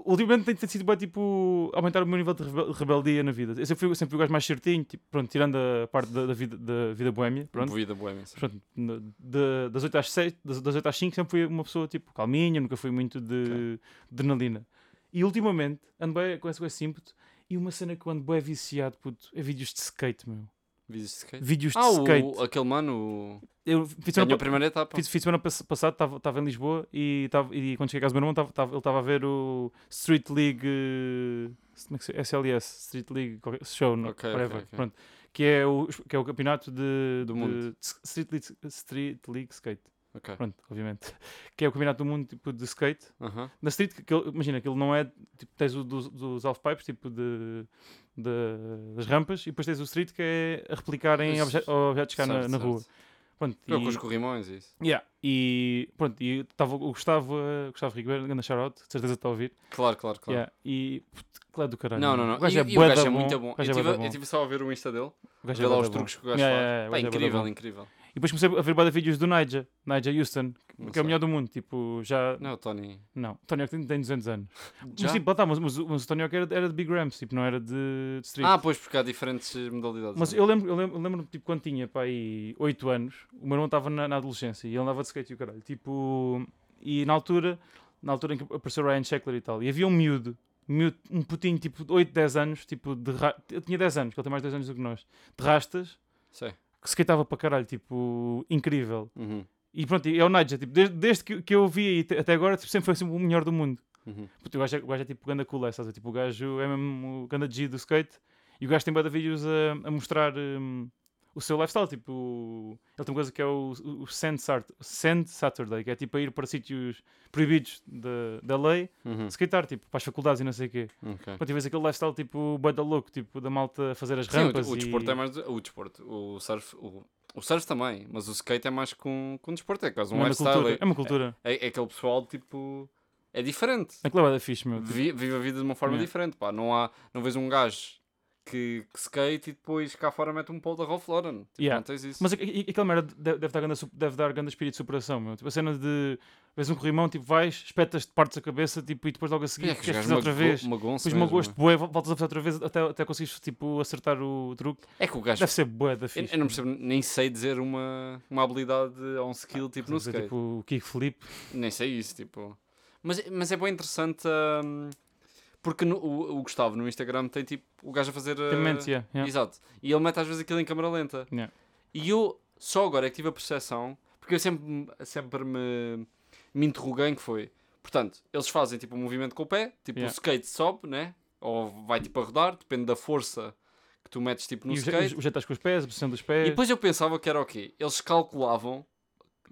Speaker 1: Ultimamente tem, tem sido bem, tipo, aumentar o meu nível de rebel- rebeldia na vida. Eu sempre fui, sempre fui o gajo mais certinho, tipo, pronto, tirando a parte da, da vida, da vida boémia, pronto.
Speaker 2: Vida boêmia. sim.
Speaker 1: Pronto, na- de- das 8 às 6, das, das 8 às 5 sempre fui uma pessoa tipo calminha, nunca fui muito de de adrenalina. E ultimamente ando bem com esse, com esse ímpeto e uma cena que eu ando bem viciado, puto, é vídeos de skate, meu.
Speaker 2: Vídeos de skate?
Speaker 1: Vídeos de
Speaker 2: Ah,
Speaker 1: skate.
Speaker 2: o, aquele mano o...
Speaker 1: Eu fiz
Speaker 2: ganhou
Speaker 1: semana,
Speaker 2: a primeira etapa.
Speaker 1: fiz, fiz semana pass- passada, estava em Lisboa e, tava, e quando cheguei a casa do meu irmão, tava, tava- ele estava a ver o Street League. eh, Como é que se SLS, Street League qualquer- Show, não?
Speaker 2: Ok, ok,
Speaker 1: whatever.
Speaker 2: ok.
Speaker 1: Pronto. Que é, o, que é o campeonato de,
Speaker 2: Do
Speaker 1: de-
Speaker 2: mundo.
Speaker 1: de Street League, Street League Skate.
Speaker 2: Ok.
Speaker 1: Pronto, obviamente. Que é o campeonato do mundo tipo de skate.
Speaker 2: Aham.
Speaker 1: Na street, que, que, ele- imagina, aquilo não é. Tipo, tens o dos, dos half-pipes, tipo de, de- das rampas, e depois tens o street que é a replicar em
Speaker 2: Pois,
Speaker 1: obje, objetos cá na,
Speaker 2: Certo,
Speaker 1: na
Speaker 2: certo.
Speaker 1: rua. Pronto,
Speaker 2: Não, com os
Speaker 1: e,
Speaker 2: corrimões e isso.
Speaker 1: yeah, e pronto, e estava o Gustavo, eh, Gustavo Ribeiro, grande shoutout, de certeza que está a ouvir.
Speaker 2: Claro, claro, claro.
Speaker 1: Yeah, e puto, claro do caralho.
Speaker 2: Não,
Speaker 1: mano.
Speaker 2: não, não.
Speaker 1: O gajo
Speaker 2: E-
Speaker 1: é,
Speaker 2: e o gajo é
Speaker 1: bué da
Speaker 2: muito
Speaker 1: bom.
Speaker 2: bom.
Speaker 1: o
Speaker 2: Eu
Speaker 1: gajo é bué
Speaker 2: tive,
Speaker 1: da
Speaker 2: eu tive só a ver o Insta dele,
Speaker 1: O gajo é
Speaker 2: ver lá
Speaker 1: bué
Speaker 2: os
Speaker 1: da bom.
Speaker 2: truques que o gajo
Speaker 1: Yeah,
Speaker 2: faz.
Speaker 1: yeah, yeah, o
Speaker 2: Pá,
Speaker 1: gajo é bué da
Speaker 2: incrível,
Speaker 1: bom.
Speaker 2: incrível.
Speaker 1: E depois comecei a ver bué de vídeos do Nigel, Nigel Houston,
Speaker 2: Não
Speaker 1: que é
Speaker 2: sei.
Speaker 1: o melhor do mundo. Tipo, já.
Speaker 2: Não, o Tony.
Speaker 1: Não, Tony Hawk tem, tem 200 anos.
Speaker 2: Já?
Speaker 1: Mas, tipo, lá tá, mas, mas, o- mas o Tony Hawk era, era de Big Ramps, tipo, não era de, de Street.
Speaker 2: Ah, pois, porque há diferentes modalidades.
Speaker 1: mas
Speaker 2: né?
Speaker 1: eu lembro, eu lembro, eu lembro tipo, quando tinha, pá, aí 8 anos, o meu irmão estava na, na adolescência e ele andava de skate e o caralho. Tipo, e na altura, na altura em que apareceu o Ryan Sheckler e tal, e havia um miúdo, miúdo um putinho, tipo, de 8, 10 anos, tipo, de ra... ele tinha 10 anos, que ele tem mais 10 anos do que nós, de rastas,
Speaker 2: Sei.
Speaker 1: que skateava para caralho, tipo, incrível.
Speaker 2: Uhum,
Speaker 1: E pronto, e é o Nigel, tipo, desde, desde que, que eu vi e te- até agora, tipo, sempre foi sempre o melhor do mundo.
Speaker 2: uhum.
Speaker 1: Puto, o, gajo é, o gajo é tipo ganda cool, é, estás a ver? Tipo, o gajo é mesmo o ganda G do skate e o gajo tem bué de vídeos a, a mostrar hum, o seu lifestyle. Tipo, ele tem uma coisa que é o, o Sand, Sart- Sand Saturday, que é tipo a ir para sítios proibidos da da lei,
Speaker 2: Uhum.
Speaker 1: skatear, tipo, para as faculdades e não sei o quê.
Speaker 2: ok.
Speaker 1: Quando tivesse aquele lifestyle tipo bué da louco, tipo, da malta a fazer as
Speaker 2: Sim, o-
Speaker 1: rampas
Speaker 2: o,
Speaker 1: e...
Speaker 2: desporto é mais. O desporto. O surf. O, o surf também, mas o skate é mais com, com desporto. É quase um
Speaker 1: é uma
Speaker 2: lifestyle.
Speaker 1: cultura.
Speaker 2: É,
Speaker 1: É uma cultura.
Speaker 2: é- é aquele pessoal tipo. É diferente.
Speaker 1: Aquilo é bué da fixe, meu.
Speaker 2: Vi- Vive a vida de uma forma
Speaker 1: Yeah.
Speaker 2: diferente. Pá. Não, há, não vês um gajo que, que skate e depois cá fora mete um pole da Ralph Lauren. Tipo,
Speaker 1: Yeah.
Speaker 2: Não tens isso.
Speaker 1: Mas a- a- aquela merda de- deve, dar ganda, su- deve dar grande espírito de superação, meu. Tipo, a cena de vês um corrimão, tipo, vais, espetas-te, partes a cabeça tipo, e depois logo a seguir
Speaker 2: Pá, é que os
Speaker 1: queres
Speaker 2: gajos
Speaker 1: fazer outra
Speaker 2: mago-
Speaker 1: vez.
Speaker 2: magoam-se
Speaker 1: Depois
Speaker 2: mesmo,
Speaker 1: magoas-te
Speaker 2: é.
Speaker 1: bué, vol- voltas a fazer outra vez até, até conseguires tipo, acertar o truque.
Speaker 2: É que o gajo.
Speaker 1: Deve ser bué da
Speaker 2: Eu,
Speaker 1: fixe.
Speaker 2: eu não percebo, nem sei dizer uma, uma habilidade ou um skill tipo no
Speaker 1: Fazer,
Speaker 2: skate.
Speaker 1: tipo, o kickflip.
Speaker 2: Nem sei isso, tipo. Mas, mas é bem interessante. hum, porque no- o, o Gustavo no Instagram tem tipo o gajo a fazer.
Speaker 1: Tem
Speaker 2: uh,
Speaker 1: momentos, yeah, yeah.
Speaker 2: Exato. E ele mete às vezes aquilo em câmera lenta.
Speaker 1: Yeah.
Speaker 2: E eu só agora é que tive a percepção, porque eu sempre, me- sempre me, me interroguei em que foi. Portanto, eles fazem tipo um movimento com o pé, tipo
Speaker 1: Yeah.
Speaker 2: o skate sobe, né? Ou vai tipo a rodar, depende da força que tu metes tipo no
Speaker 1: E os,
Speaker 2: skate.
Speaker 1: os, os jeitados com os pés, a posição dos pés.
Speaker 2: E depois eu pensava que era o quê? Eles calculavam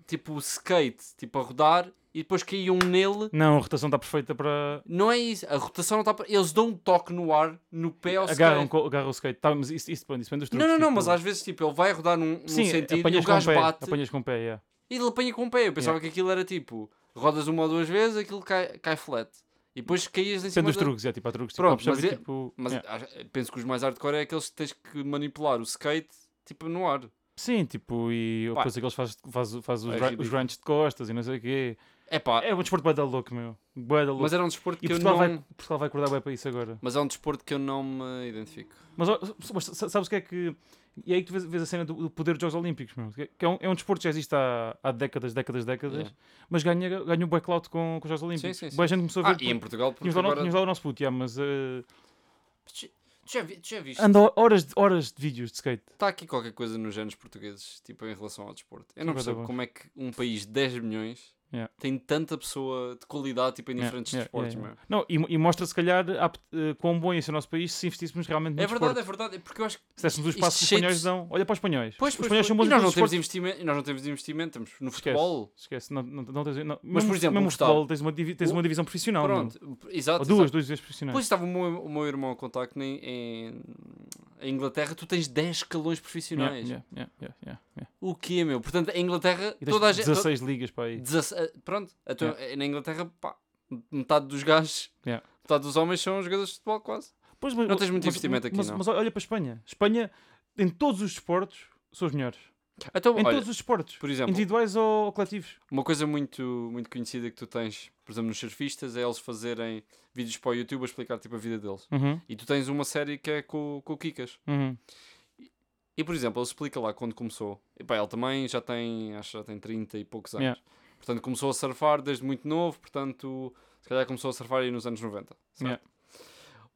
Speaker 2: tipo o skate, tipo a rodar, e depois caíam nele.
Speaker 1: Não, a rotação está perfeita para.
Speaker 2: Não é isso, a rotação não está. para- Eles dão um toque no ar, no pé ao
Speaker 1: Agarram,
Speaker 2: skate.
Speaker 1: co- agarram o skate. Tá, mas isso, isso depende, isso depende dos truques.
Speaker 2: Não, não, não,
Speaker 1: tipo-
Speaker 2: mas às vezes tipo, ele vai rodar num, num
Speaker 1: Sim,
Speaker 2: sentido e o
Speaker 1: apanhas com o
Speaker 2: gajo
Speaker 1: pé.
Speaker 2: bate
Speaker 1: Apanhas com o pé, yeah.
Speaker 2: e ele apanha com o pé. Eu pensava que aquilo era tipo, rodas uma ou duas vezes, aquilo cai, cai flat. E depois caías em cima
Speaker 1: Depende dos
Speaker 2: da-
Speaker 1: truques, é tipo, há truques.
Speaker 2: Pronto,
Speaker 1: tipo,
Speaker 2: mas é-
Speaker 1: observa, tipo,
Speaker 2: Mas
Speaker 1: yeah.
Speaker 2: acho- penso que os mais hardcore é aqueles que tens que manipular o skate tipo no ar.
Speaker 1: Sim, tipo, e
Speaker 2: Pá.
Speaker 1: a coisa que eles fazem faz, faz os,
Speaker 2: É
Speaker 1: ra- os
Speaker 2: ridículo.
Speaker 1: grunts de costas e não sei o quê.
Speaker 2: É pá,
Speaker 1: É um desporto bué da louco, meu. Bué da louco.
Speaker 2: mas era um desporto
Speaker 1: E
Speaker 2: que eu
Speaker 1: Portugal,
Speaker 2: não.
Speaker 1: vai, Portugal vai acordar bem para isso agora.
Speaker 2: Mas é um desporto que eu não me identifico.
Speaker 1: Mas, ó, mas sa- sabes o que é que. E é aí que tu vês, vês a cena do, do poder dos Jogos Olímpicos, meu. Que que é um, é um desporto que já existe há, há décadas, décadas, décadas.
Speaker 2: Yeah.
Speaker 1: Mas ganha, ganha um backlot com, com os Jogos Olímpicos.
Speaker 2: sim, sim.
Speaker 1: Boa gente começou a
Speaker 2: Ah,
Speaker 1: ver.
Speaker 2: e em
Speaker 1: porque-
Speaker 2: Portugal, porque
Speaker 1: Tínhamos lá, o no-
Speaker 2: agora.
Speaker 1: tínhamos lá o nosso puto, yeah, mas eh,
Speaker 2: Tu já, vi- tu já viste?
Speaker 1: anda ho- horas, de- horas de vídeos de skate.
Speaker 2: Está aqui qualquer coisa nos géneros portugueses, tipo em relação ao desporto. Eu
Speaker 1: Sim,
Speaker 2: não
Speaker 1: bué da
Speaker 2: percebo
Speaker 1: bom.
Speaker 2: como é que um país de 10 milhões
Speaker 1: Yeah.
Speaker 2: tem tanta pessoa de qualidade tipo, em
Speaker 1: Yeah,
Speaker 2: diferentes
Speaker 1: yeah,
Speaker 2: desportos.
Speaker 1: yeah,
Speaker 2: meu.
Speaker 1: yeah. Não, e, mo- e mostra se calhar apte- eh, quão bom ia ser o nosso país se investíssemos realmente no
Speaker 2: É verdade,
Speaker 1: desporto.
Speaker 2: é verdade. é Porque eu acho que.
Speaker 1: Se dessemos o
Speaker 2: Isto
Speaker 1: espaço que os
Speaker 2: cheio de-
Speaker 1: espanhóis dão. Olha para os espanhóis.
Speaker 2: Pois,
Speaker 1: os
Speaker 2: pois,
Speaker 1: espanhóis
Speaker 2: pois.
Speaker 1: são bons
Speaker 2: E
Speaker 1: em
Speaker 2: nós não
Speaker 1: todos os
Speaker 2: temos
Speaker 1: esportes.
Speaker 2: investimento, e nós não temos investimento, estamos no
Speaker 1: Esquece.
Speaker 2: futebol.
Speaker 1: Esquece, não, não, não tens, não,
Speaker 2: Mas,
Speaker 1: mesmo,
Speaker 2: por exemplo,
Speaker 1: mesmo
Speaker 2: o
Speaker 1: o
Speaker 2: Gustavo.
Speaker 1: futebol tens uma, divi- tens uma divisão profissional. meu.
Speaker 2: Pronto,
Speaker 1: Ou
Speaker 2: exato. exato.
Speaker 1: duas, né? duas vezes profissionais.
Speaker 2: Depois estava o meu, o meu irmão a contar que nem em, em Inglaterra tu tens 10 escalões profissionais.
Speaker 1: Yeah, yeah, yeah, yeah, yeah, yeah.
Speaker 2: O que é, meu? Portanto, em Inglaterra,
Speaker 1: E tens
Speaker 2: toda a gente.
Speaker 1: 16 ligas para aí.
Speaker 2: Dezesse- eh, Pronto, então, eh, na Inglaterra, pá, metade dos gajos,
Speaker 1: Yeah.
Speaker 2: metade dos homens são jogadores de futebol quase.
Speaker 1: Pois, mas-
Speaker 2: Não tens muito
Speaker 1: mas-
Speaker 2: investimento aqui,
Speaker 1: mas-
Speaker 2: não.
Speaker 1: Mas olha para a Espanha. Espanha, em todos os desportos, são os melhores.
Speaker 2: Então,
Speaker 1: Em
Speaker 2: olha,
Speaker 1: todos os desportos.
Speaker 2: por exemplo,
Speaker 1: Individuais ou coletivos.
Speaker 2: uma coisa muito, muito conhecida que tu tens, por exemplo, nos surfistas, é eles fazerem vídeos para o YouTube a explicar tipo, a vida deles.
Speaker 1: Uhum,
Speaker 2: E tu tens uma série que é com, com o Kikas.
Speaker 1: uhum.
Speaker 2: E, por exemplo, ele explica lá quando começou. E, pá, ele também já tem, acho que já tem 30 e poucos anos.
Speaker 1: Yeah.
Speaker 2: Portanto, começou a surfar desde muito novo, portanto, se calhar começou a surfar aí nos anos 90. certo?
Speaker 1: Yeah.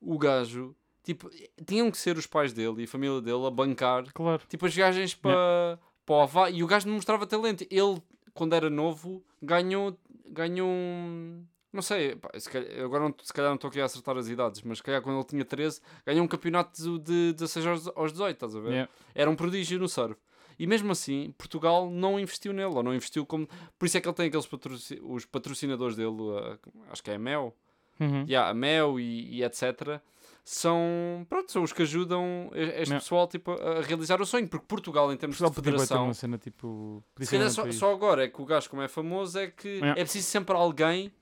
Speaker 2: O gajo, tipo, tinham que ser os pais dele e a família dele a bancar,
Speaker 1: Claro.
Speaker 2: tipo, as viagens para para o Havaí. E o gajo não mostrava talento. Ele, quando era novo, ganhou, ganhou um- Não sei, pá, se calhar, eu agora não, se calhar não estou aqui a acertar as idades, mas se calhar quando ele tinha 13, ganhou um campeonato de 16 aos, aos 18, estás a ver?
Speaker 1: Yeah.
Speaker 2: Era um prodígio no surf. E mesmo assim, Portugal não investiu nele, ou não investiu como. Por isso é que ele tem aqueles patroci- os patrocinadores dele, a- acho que é a Mel,
Speaker 1: Uhum.
Speaker 2: yeah, a Mel e, e etc. São, pronto, são os que ajudam e- este
Speaker 1: Yeah.
Speaker 2: pessoal tipo, a a realizar o sonho, porque Portugal, em termos
Speaker 1: Portugal
Speaker 2: de
Speaker 1: podia bué ter
Speaker 2: federação,
Speaker 1: uma cena tipo. podia
Speaker 2: se
Speaker 1: ser um
Speaker 2: calhar
Speaker 1: grande
Speaker 2: só,
Speaker 1: país.
Speaker 2: só agora é que o gajo, como é famoso, é que
Speaker 1: Yeah.
Speaker 2: é preciso sempre alguém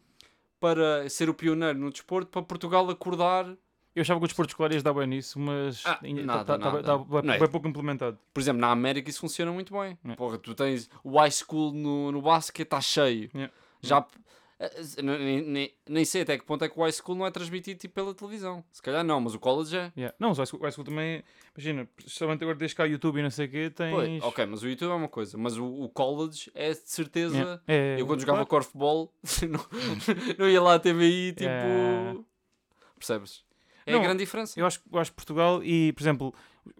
Speaker 2: para ser o pioneiro no desporto para Portugal acordar
Speaker 1: Eu achava que o desporto escolar ia dar bem nisso, mas
Speaker 2: Ah,
Speaker 1: ainda
Speaker 2: nada,
Speaker 1: tá- tá-
Speaker 2: nada.
Speaker 1: tá bué-
Speaker 2: Não é.
Speaker 1: bué pouco implementado.
Speaker 2: Por exemplo, na América isso funciona muito bem.
Speaker 1: Yeah.
Speaker 2: Porra, tu tens o high school no, no basquete, está cheio.
Speaker 1: Yeah.
Speaker 2: Já. eh, eh, Nem, nem- nem sei até que ponto é que o high school não é transmitido tipo, pela televisão. Se calhar não, mas o college é.
Speaker 1: Yeah. Não, mas o high school- o high school também. Imagina, principalmente agora desde cá o YouTube e não sei o quê, tens.
Speaker 2: Pois, ok, mas o YouTube é uma coisa, mas o, o college é de certeza.
Speaker 1: Yeah. É,
Speaker 2: Eu quando jogava corfball não, não ia lá à TVI tipo.
Speaker 1: Yeah.
Speaker 2: Percebes? É
Speaker 1: Não,
Speaker 2: a grande diferença.
Speaker 1: Eu acho, eu acho que Portugal e, por exemplo,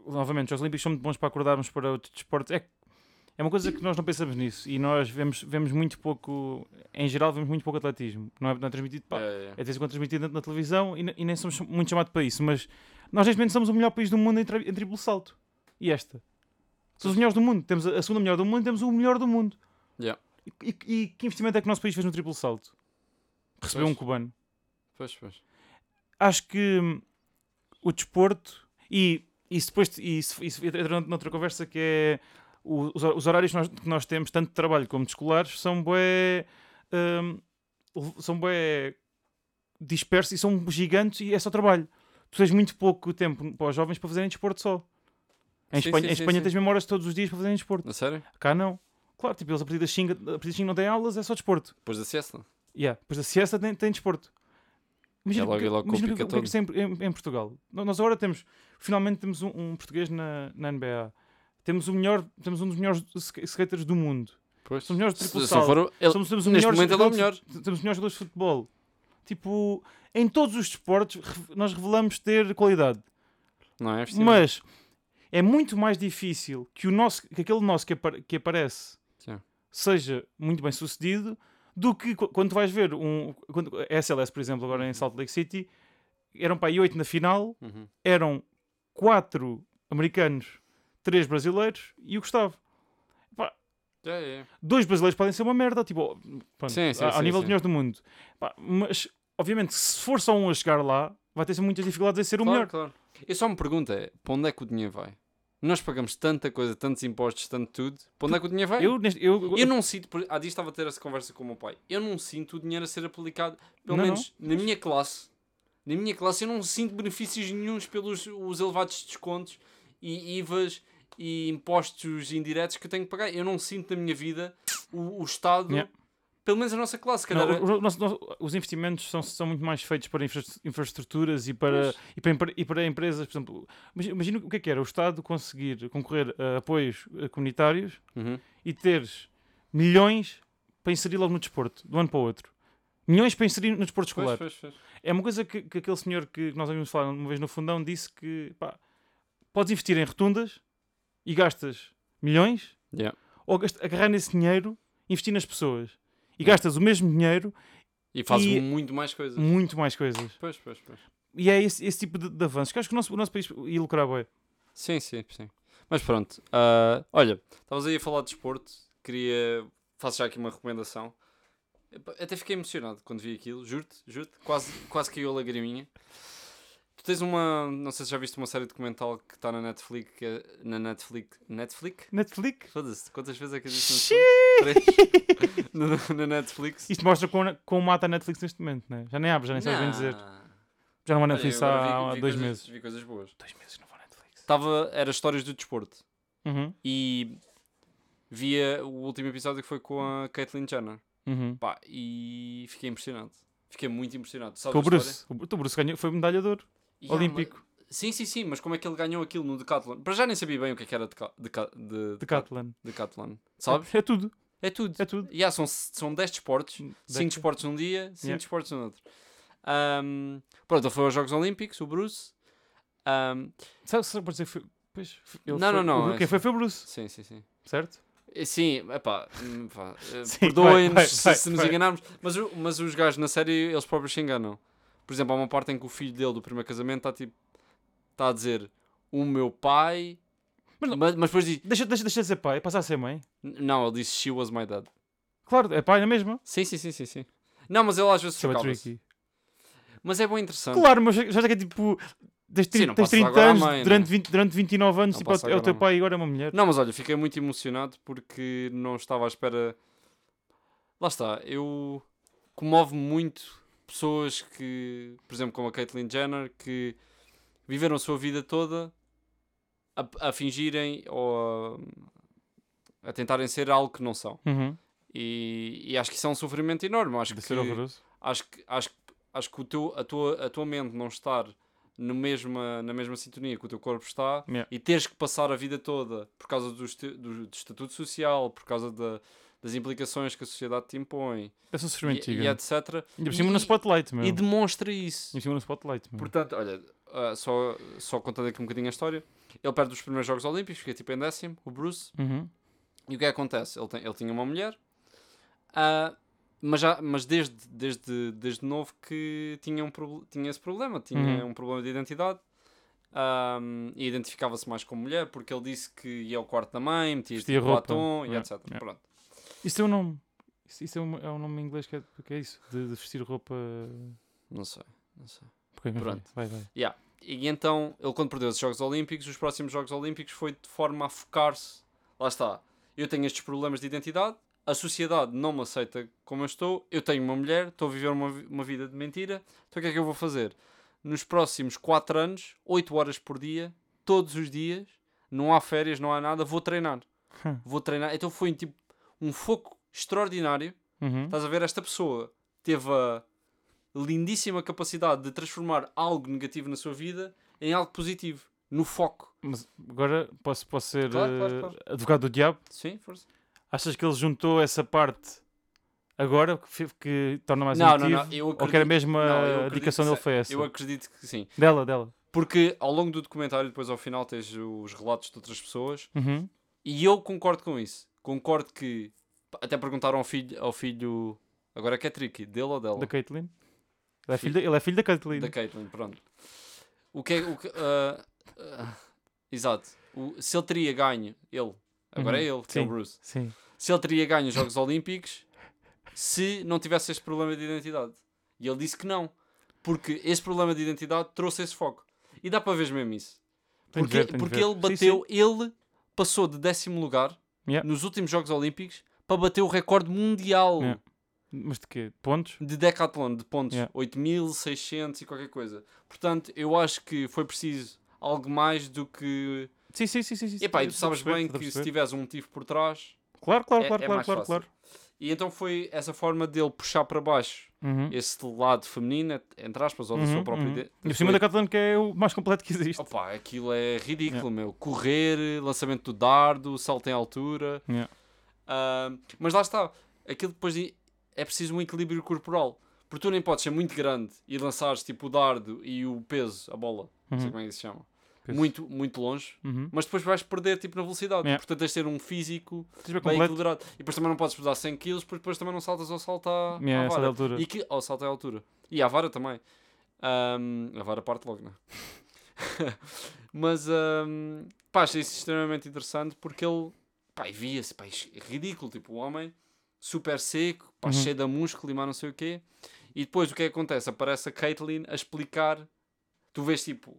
Speaker 1: novamente, os Jogos Olímpicos são muito bons para acordarmos para outros desportos. É, é uma coisa que nós não pensamos nisso e nós vemos, vemos muito pouco, em geral, vemos muito pouco atletismo. Não é, não é transmitido para.
Speaker 2: Yeah, yeah,
Speaker 1: É de vez em quando transmitido na, na televisão e, ne- e nem somos cham- muito chamados para isso, mas nós neste momento somos o melhor país do mundo em, tri- em triplo salto. E esta? Somos os melhores do mundo. Temos a, a segunda melhor do mundo e temos o melhor do mundo.
Speaker 2: Yeah.
Speaker 1: E, e- e que investimento é que o nosso país fez no triplo salto? Recebeu
Speaker 2: Pois.
Speaker 1: um cubano
Speaker 2: Pois, pois.
Speaker 1: acho que hum, o desporto e isso depois e isso, isso entra noutra conversa que é o- os, hor- os horários que nós, que nós temos, tanto de trabalho como de escolares, são bué, hum, são bué dispersos e são gigantes e é só trabalho. Tu tens muito pouco tempo para os jovens para fazerem desporto só. Em
Speaker 2: Sim,
Speaker 1: Espanha,
Speaker 2: sim,
Speaker 1: em
Speaker 2: sim,
Speaker 1: Espanha
Speaker 2: sim.
Speaker 1: tens mesmo horas todos os dias para fazerem desporto.
Speaker 2: A sério?
Speaker 1: Cá não. Claro, tipo, eles a partir das 5 a partir das 5 não têm aulas, é só desporto.
Speaker 2: Depois da siesta?
Speaker 1: Yeah. Depois da siesta tem, tem desporto. Imagina,
Speaker 2: É logo-
Speaker 1: o que-
Speaker 2: é logo com o
Speaker 1: imagina o que-
Speaker 2: pica
Speaker 1: o que é que isso é em, em- em Portugal. No- Nós agora temos, finalmente temos um, um português na, na NBA. Temos, o melhor, temos um dos melhores sk- skaters do mundo.
Speaker 2: Pois.
Speaker 1: Somos melhores de
Speaker 2: Se,
Speaker 1: triplo
Speaker 2: se não
Speaker 1: salto.
Speaker 2: for, o- ele,
Speaker 1: Somos, somos o
Speaker 2: neste
Speaker 1: melhor
Speaker 2: momento ele é o
Speaker 1: jogador
Speaker 2: melhor.
Speaker 1: de fut- Somos os melhores jogadores de futebol. Tipo, em todos os desportos re- nós revelamos ter qualidade.
Speaker 2: Não é? investimento.
Speaker 1: Mas é muito mais difícil que, o nosso, que aquele nosso que, apar- que aparece
Speaker 2: Sim.
Speaker 1: seja muito bem sucedido do que qu- quando tu vais ver um. Quando, a SLS, por exemplo, agora em Salt Lake City, eram para aí 8 na final,
Speaker 2: Uhum.
Speaker 1: eram quatro americanos, três brasileiros e o Gustavo.
Speaker 2: Já é.
Speaker 1: Dois brasileiros podem ser uma merda, tipo, pronto,
Speaker 2: Sim, sim,
Speaker 1: a- ao
Speaker 2: sim,
Speaker 1: nível de
Speaker 2: sim.
Speaker 1: melhores do mundo. Pá, mas, obviamente, se for só um a chegar lá, vai ter muitas dificuldades em ser o
Speaker 2: Claro,
Speaker 1: melhor.
Speaker 2: claro. Eu só me pergunto é, para onde é que o dinheiro vai? Nós pagamos tanta coisa, tantos impostos, tanto tudo. Para onde é que o dinheiro vai?
Speaker 1: Eu, neste- eu,
Speaker 2: Eu não sinto, por- há dias estava a ter essa conversa com o meu pai. Eu não sinto o dinheiro a ser aplicado, pelo
Speaker 1: Não,
Speaker 2: menos na minha classe. Na minha classe eu não sinto benefícios nenhuns pelos os elevados descontos e IVAs e impostos indiretos que eu tenho que pagar. Eu não sinto na minha vida o, o Estado,
Speaker 1: Yeah.
Speaker 2: pelo menos a nossa classe. se
Speaker 1: Não,
Speaker 2: Calhar, é-
Speaker 1: o- o nosso- nosso- os investimentos são, são muito mais feitos para infra- infraestruturas e para, e, para, empre- e para empresas, por exemplo. imagi- Imagina o que é que era o Estado conseguir concorrer a apoios eh, comunitários
Speaker 2: Uhum.
Speaker 1: e teres milhões para inserir logo no desporto, de um ano para o outro. Milhões para inserir no desporto
Speaker 2: Pois,
Speaker 1: escolar.
Speaker 2: pois, pois.
Speaker 1: É uma coisa que, que aquele senhor que nós ouvimos falar uma vez no fundão disse que pá, podes investir em rotundas e gastas milhões
Speaker 2: Yeah.
Speaker 1: ou gast- agarrar nesse dinheiro e investir nas pessoas. E
Speaker 2: Yeah.
Speaker 1: gastas o mesmo dinheiro
Speaker 2: E fazes
Speaker 1: E- Hum.
Speaker 2: muito mais coisas.
Speaker 1: muito mais coisas.
Speaker 2: Pois, pois, pois.
Speaker 1: E é esse, esse tipo de, de avanços que acho que o nosso, o nosso país ia lucrar bem.
Speaker 2: Sim, sim, sim. Mas pronto, ah, olha, estavas aí a falar de desporto, queria. Faço já aqui uma recomendação. Epá, Até fiquei emocionado quando vi aquilo, juro-te, juro-te, quase, quase caiu a lagriminha. Tu tens uma. Não sei se já viste uma série documental que está na Netflix. que é- Na Netflix. Netflix?
Speaker 1: Netflix?
Speaker 2: Foda-se, quantas vezes é que eu disse
Speaker 1: Xiii!
Speaker 2: Netflix? na, na Netflix?
Speaker 1: Isto mostra como, como mata a Netflix neste momento, né? Já nem abre, já nem sabes bem dizer. Já não há Netflix
Speaker 2: Olha, eu agora
Speaker 1: há
Speaker 2: vi- vi
Speaker 1: dois
Speaker 2: coisas-
Speaker 1: meses.
Speaker 2: Vi coisas boas.
Speaker 1: Dois meses não vou Netflix.
Speaker 2: Tava, era histórias do desporto.
Speaker 1: Uhum,
Speaker 2: e via o último episódio que foi com a Caitlyn Jenner.
Speaker 1: uhum.
Speaker 2: Pá, e fiquei impressionado. Fiquei muito impressionado. Sabes
Speaker 1: Com o
Speaker 2: a história?
Speaker 1: Bruce. O, Bru- o Bruce ganhou, foi medalha de ouro
Speaker 2: E, ah,
Speaker 1: olímpico
Speaker 2: mas- Sim, sim, sim, mas como é que ele ganhou aquilo no Decathlon? Para já nem sabia bem o que é que era deca... Deca... De...
Speaker 1: de Catalan.
Speaker 2: Decathlon. Sabes?
Speaker 1: É, é tudo,
Speaker 2: É tudo.
Speaker 1: é tudo.
Speaker 2: Yeah, são, são 10 desportos. 5 desportos num dia, 5
Speaker 1: Yeah.
Speaker 2: desportos no outro. Ahm, pronto, ele foi aos Jogos Olímpicos, o Bruce. Ahm,
Speaker 1: Sabe, sabe por dizer que foi. Pois, foi- ele
Speaker 2: Não,
Speaker 1: foi-
Speaker 2: não, não,
Speaker 1: o-
Speaker 2: é
Speaker 1: Quem foi foi o Bruce,
Speaker 2: sim, sim, sim.
Speaker 1: certo?
Speaker 2: Eh, Sim, epá, hum, pá,
Speaker 1: Sim, vai,
Speaker 2: eh,
Speaker 1: vai,
Speaker 2: perdoem-nos se,
Speaker 1: vai,
Speaker 2: se nos
Speaker 1: vai.
Speaker 2: enganarmos, mas, o- mas os gajos na série eles próprios se enganam. Por exemplo, há uma parte em que o filho dele do primeiro casamento está tipo, está a dizer o meu pai,
Speaker 1: Mas
Speaker 2: mas,
Speaker 1: não-
Speaker 2: mas, depois diz,
Speaker 1: Deixa, deixa, deixa de ser pai, passa a ser mãe.
Speaker 2: "N- não, ele disse she was my dad.
Speaker 1: Claro, é pai na mesma.
Speaker 2: Sim, sim, sim, sim, sim. Não, mas ele às vezes
Speaker 1: Isso é
Speaker 2: chocava
Speaker 1: tricky.
Speaker 2: Mas é bem interessante.
Speaker 1: Claro, mas já já que é tipo. Tens, tri-
Speaker 2: Sim, não
Speaker 1: tens
Speaker 2: passas
Speaker 1: 30
Speaker 2: agora à
Speaker 1: anos,
Speaker 2: mãe,
Speaker 1: durante,
Speaker 2: né?
Speaker 1: 20, durante 29 anos,
Speaker 2: Não
Speaker 1: tipo, é o-
Speaker 2: passas
Speaker 1: é o
Speaker 2: agora à
Speaker 1: teu
Speaker 2: mãe.
Speaker 1: pai e agora é uma mulher.
Speaker 2: Não, mas olha, fiquei muito emocionado porque não estava à espera. Lá está, eu comovo-me muito pessoas que, por exemplo, como a Caitlyn Jenner, que viveram a sua vida toda a, a fingirem ou a, a tentarem ser algo que não são.
Speaker 1: Uhum.
Speaker 2: E, e acho que isso é um sofrimento enorme. Acho
Speaker 1: De
Speaker 2: que,
Speaker 1: ser horroroso.
Speaker 2: acho que, acho que, acho que o teu, a, tua, a tua mente não estar no mesma, na mesma sintonia que o teu corpo está
Speaker 1: Yeah.
Speaker 2: e teres que passar a vida toda por causa do, este- do, do estatuto social, por causa da- das implicações que a sociedade te impõe
Speaker 1: É só
Speaker 2: e,
Speaker 1: sofrimento.
Speaker 2: e
Speaker 1: gigante.
Speaker 2: etc.
Speaker 1: Ainda por cima no
Speaker 2: e-
Speaker 1: spotlight, meu.
Speaker 2: E
Speaker 1: Ainda
Speaker 2: demonstra isso.
Speaker 1: por cima no spotlight, meu.
Speaker 2: Portanto, olha, ah, só, só contando aqui um bocadinho a história. Ele perde os primeiros Jogos Olímpicos, fica tipo em décimo, o Bruce.
Speaker 1: Uhum.
Speaker 2: E o que é que acontece? Ele, tem- ele tinha uma mulher, ah, mas, já, mas desde, desde, desde novo que tinha, um, proble- tinha esse problema, tinha
Speaker 1: Uhum.
Speaker 2: um problema de identidade. ah, e identificava-se mais como mulher porque ele disse que ia ao quarto da mãe, metia
Speaker 1: Vestia
Speaker 2: tipo
Speaker 1: roupa. é.
Speaker 2: batom e
Speaker 1: Yeah,
Speaker 2: etc.
Speaker 1: yeah.
Speaker 2: Pronto.
Speaker 1: Isso é um nome. Isso, isso é, um, é um nome em inglês que é, que é isso? De, de vestir roupa.
Speaker 2: Não sei, não sei.
Speaker 1: Porque, enfim,
Speaker 2: Pronto.
Speaker 1: Vai, vai.
Speaker 2: E então, ele quando perdeu os Jogos Olímpicos, os próximos Jogos Olímpicos foi de forma a focar-se. Lá está. Eu tenho estes problemas de identidade, a sociedade não me aceita como eu estou, eu tenho uma mulher, estou a viver uma, vi- uma vida de mentira, então o que é que eu vou fazer? Nos próximos 4 anos, 8 horas por dia, todos os dias, não há férias, não há nada, vou treinar.
Speaker 1: Hum.
Speaker 2: Vou treinar. Então foi tipo um foco extraordinário
Speaker 1: Uhum.
Speaker 2: Estás a ver? Esta pessoa teve a lindíssima capacidade de transformar algo negativo na sua vida em algo positivo, no foco.
Speaker 1: Mas agora posso, posso ser
Speaker 2: Claro, claro,
Speaker 1: eh,
Speaker 2: claro.
Speaker 1: advogado do diabo?
Speaker 2: Sim, força.
Speaker 1: Achas que ele juntou essa parte agora que, fe- que torna mais
Speaker 2: Não, não,
Speaker 1: emotivo?
Speaker 2: não, eu
Speaker 1: Ou que era
Speaker 2: acredito-
Speaker 1: mesmo
Speaker 2: não, eu
Speaker 1: a
Speaker 2: acredito
Speaker 1: indicação
Speaker 2: que
Speaker 1: dele
Speaker 2: se-
Speaker 1: foi essa?
Speaker 2: Eu acredito que sim.
Speaker 1: Dela, dela.
Speaker 2: Porque ao longo do documentário, depois ao final, tens os relatos de outras pessoas
Speaker 1: Uhum.
Speaker 2: e eu concordo com isso. Concordo que. Até perguntaram ao filho. Ao filho agora é que é tricky, dele ou dela?
Speaker 1: Da Caitlyn? Ele é filho, da- ele é filho da Caitlyn.
Speaker 2: Da Caitlyn, pronto. O que é, o que, ah, Ah, exato. O- se ele teria ganho, ele, agora é ele, que é o
Speaker 1: Uhum. Sim.
Speaker 2: Bruce.
Speaker 1: Sim.
Speaker 2: Se ele teria ganho os Jogos Olímpicos se não tivesse este problema de identidade. E ele disse que não. Porque esse problema de identidade trouxe esse foco. E dá para ver mesmo isso.
Speaker 1: Tenho de
Speaker 2: Porque,
Speaker 1: ver, tenho de
Speaker 2: porque
Speaker 1: ver.
Speaker 2: ele bateu,
Speaker 1: Sim, sim.
Speaker 2: ele passou de décimo lugar
Speaker 1: Yeah.
Speaker 2: nos últimos Jogos Olímpicos para bater o recorde mundial
Speaker 1: Yeah. Mas de quê? Pontos?
Speaker 2: de decathlon, de pontos.
Speaker 1: Yeah.
Speaker 2: 8.600 e qualquer coisa. Portanto, eu acho que foi preciso algo mais do que...
Speaker 1: Sim, sim, sim. sim, sim.
Speaker 2: Epá, e
Speaker 1: Eu
Speaker 2: tu
Speaker 1: estou a
Speaker 2: sabes
Speaker 1: perceber,
Speaker 2: bem
Speaker 1: estou a
Speaker 2: que se
Speaker 1: perceber.
Speaker 2: tivesse um motivo por trás...
Speaker 1: Claro, claro,
Speaker 2: é-
Speaker 1: claro,
Speaker 2: é
Speaker 1: claro,
Speaker 2: mais
Speaker 1: claro,
Speaker 2: fácil.
Speaker 1: claro.
Speaker 2: E então foi essa forma dele puxar para baixo
Speaker 1: Uhum.
Speaker 2: esse lado feminino, entre aspas, ou da sua
Speaker 1: Uhum,
Speaker 2: própria
Speaker 1: uhum.
Speaker 2: ide-
Speaker 1: E por cima da
Speaker 2: sua-
Speaker 1: Catalan que é o mais completo que existe.
Speaker 2: Opa, aquilo é ridículo, meu. Correr, lançamento do dardo, salto em altura.
Speaker 1: Yeah.
Speaker 2: Ah, mas lá está. Aquilo depois de- é preciso um equilíbrio corporal. Porque tu nem podes ser muito grande e lançares tipo o dardo e o peso, a bola, não sei
Speaker 1: Uhum.
Speaker 2: como é que se chama,
Speaker 1: Peso.
Speaker 2: muito, muito longe.
Speaker 1: Uhum.
Speaker 2: Mas depois vais perder tipo na velocidade.
Speaker 1: Yeah.
Speaker 2: Portanto, tens de ter um físico
Speaker 1: Tens de ver
Speaker 2: bem
Speaker 1: completo.
Speaker 2: equilibrado. E depois também não podes pesar 100 kg porque depois também não saltas ao salto à,
Speaker 1: Yeah,
Speaker 2: à
Speaker 1: salto à
Speaker 2: vara.
Speaker 1: altura.
Speaker 2: E que, ao salto à altura. E à vara também. Ahm, a vara parte logo, não é? Mas, um, pá, achei isso extremamente interessante porque ele, pá, e via-se, pá, isto é ridículo. Tipo, o homem super seco, pá,
Speaker 1: Uhum.
Speaker 2: cheio de músculo e mais não sei o quê. E depois o que é que acontece? Aparece a Caitlyn a explicar. Tu vês, tipo,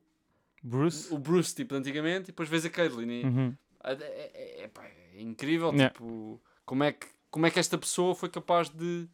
Speaker 1: Bruce?
Speaker 2: o Bruce, tipo, de antigamente, e depois vês a Caitlyn. E,
Speaker 1: Uhum.
Speaker 2: é, é- é- é, pá, é incrível,
Speaker 1: Yeah.
Speaker 2: tipo, como é, que, como é que esta pessoa foi capaz de.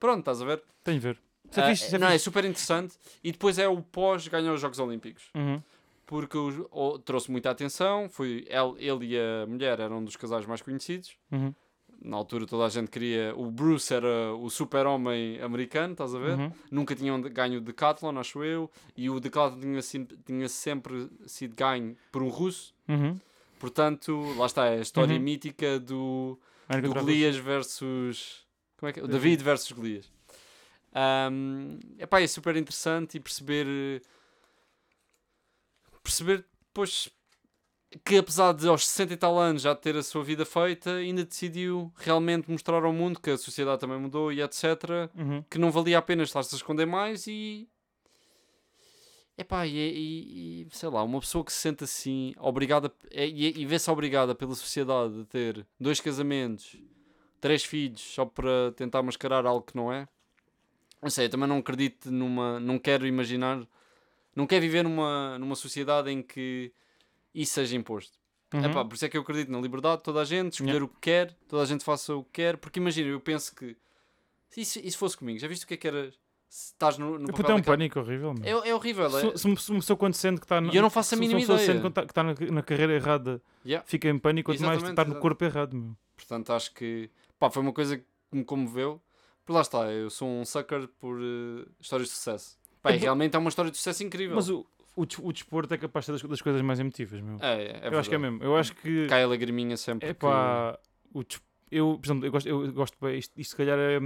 Speaker 2: Pronto, estás a ver?
Speaker 1: Tenho de ver. Já
Speaker 2: Ah,
Speaker 1: viste? Já
Speaker 2: não, é
Speaker 1: viste?
Speaker 2: super interessante. E depois é o pós ganhar os Jogos Olímpicos.
Speaker 1: Uhum.
Speaker 2: Porque os- o- trouxe muita atenção. Foi, ele, ele e a mulher eram um dos casais mais conhecidos.
Speaker 1: Uhum.
Speaker 2: Na altura toda a gente queria. O Bruce era o super-homem americano, estás a ver?
Speaker 1: Uhum.
Speaker 2: Nunca tinham de- ganho o Decathlon, acho eu. E o Decathlon tinha, sim- tinha sempre sido ganho por um russo.
Speaker 1: Uhum.
Speaker 2: Portanto, lá está é a história
Speaker 1: Uhum.
Speaker 2: mítica do,
Speaker 1: Era
Speaker 2: do
Speaker 1: contra a
Speaker 2: Golias versus. Como é que é? O
Speaker 1: David.
Speaker 2: David versus Golias. Ahm, epá, é super interessante e perceber. eh, Perceber depois que, apesar de aos 60 e tal anos já ter a sua vida feita, ainda decidiu realmente mostrar ao mundo que a sociedade também mudou e etc.
Speaker 1: Rússia. Uhum.
Speaker 2: Que não valia a pena estar-se a esconder mais e. Epá, e, e, e sei lá, uma pessoa que se sente assim, obrigada, é- e, e vê-se obrigada pela sociedade a ter dois casamentos, três filhos, só para tentar mascarar algo que não é. Não sei, eu também não acredito numa. Não quero imaginar. Não quero viver numa, numa sociedade em que isso seja imposto.
Speaker 1: Uhum.
Speaker 2: Epá, por isso é que eu acredito na liberdade de toda a gente, escolher
Speaker 1: Yeah.
Speaker 2: o que quer, toda a gente faça o que quer, porque imagina, eu penso que. Se isso, isso fosse comigo, já viste o que é que era. Se estás no, no
Speaker 1: Puta,
Speaker 2: papel
Speaker 1: é um
Speaker 2: daquele-
Speaker 1: pânico horrível. meu.
Speaker 2: é, é horrível. é-
Speaker 1: Se, se uma- se uma pessoa quando sente que tá está na,
Speaker 2: E eu não faço a
Speaker 1: se uma
Speaker 2: mínima
Speaker 1: pessoa sente
Speaker 2: ideia.
Speaker 1: quando tá- que está na, na carreira errada,
Speaker 2: Yeah.
Speaker 1: fica em pânico, quanto mais
Speaker 2: Exatamente,
Speaker 1: estar no
Speaker 2: exato.
Speaker 1: corpo errado. Meu.
Speaker 2: Portanto, acho que pá, foi uma coisa que me comoveu. Por lá está, eu sou um sucker por eh, histórias de sucesso. Pá, e
Speaker 1: É bo-
Speaker 2: realmente é uma história de sucesso incrível.
Speaker 1: Mas o, o, des- o desporto é capaz de ser das, das coisas mais emotivas. Meu.
Speaker 2: É, é, é
Speaker 1: eu acho que é
Speaker 2: verdade.
Speaker 1: mesmo. Eu acho que.
Speaker 2: Cai a lagriminha sempre.
Speaker 1: É
Speaker 2: que-
Speaker 1: pá. o des- Eu, por exemplo, eu gosto, eu gosto bem. Isto, isto se calhar é.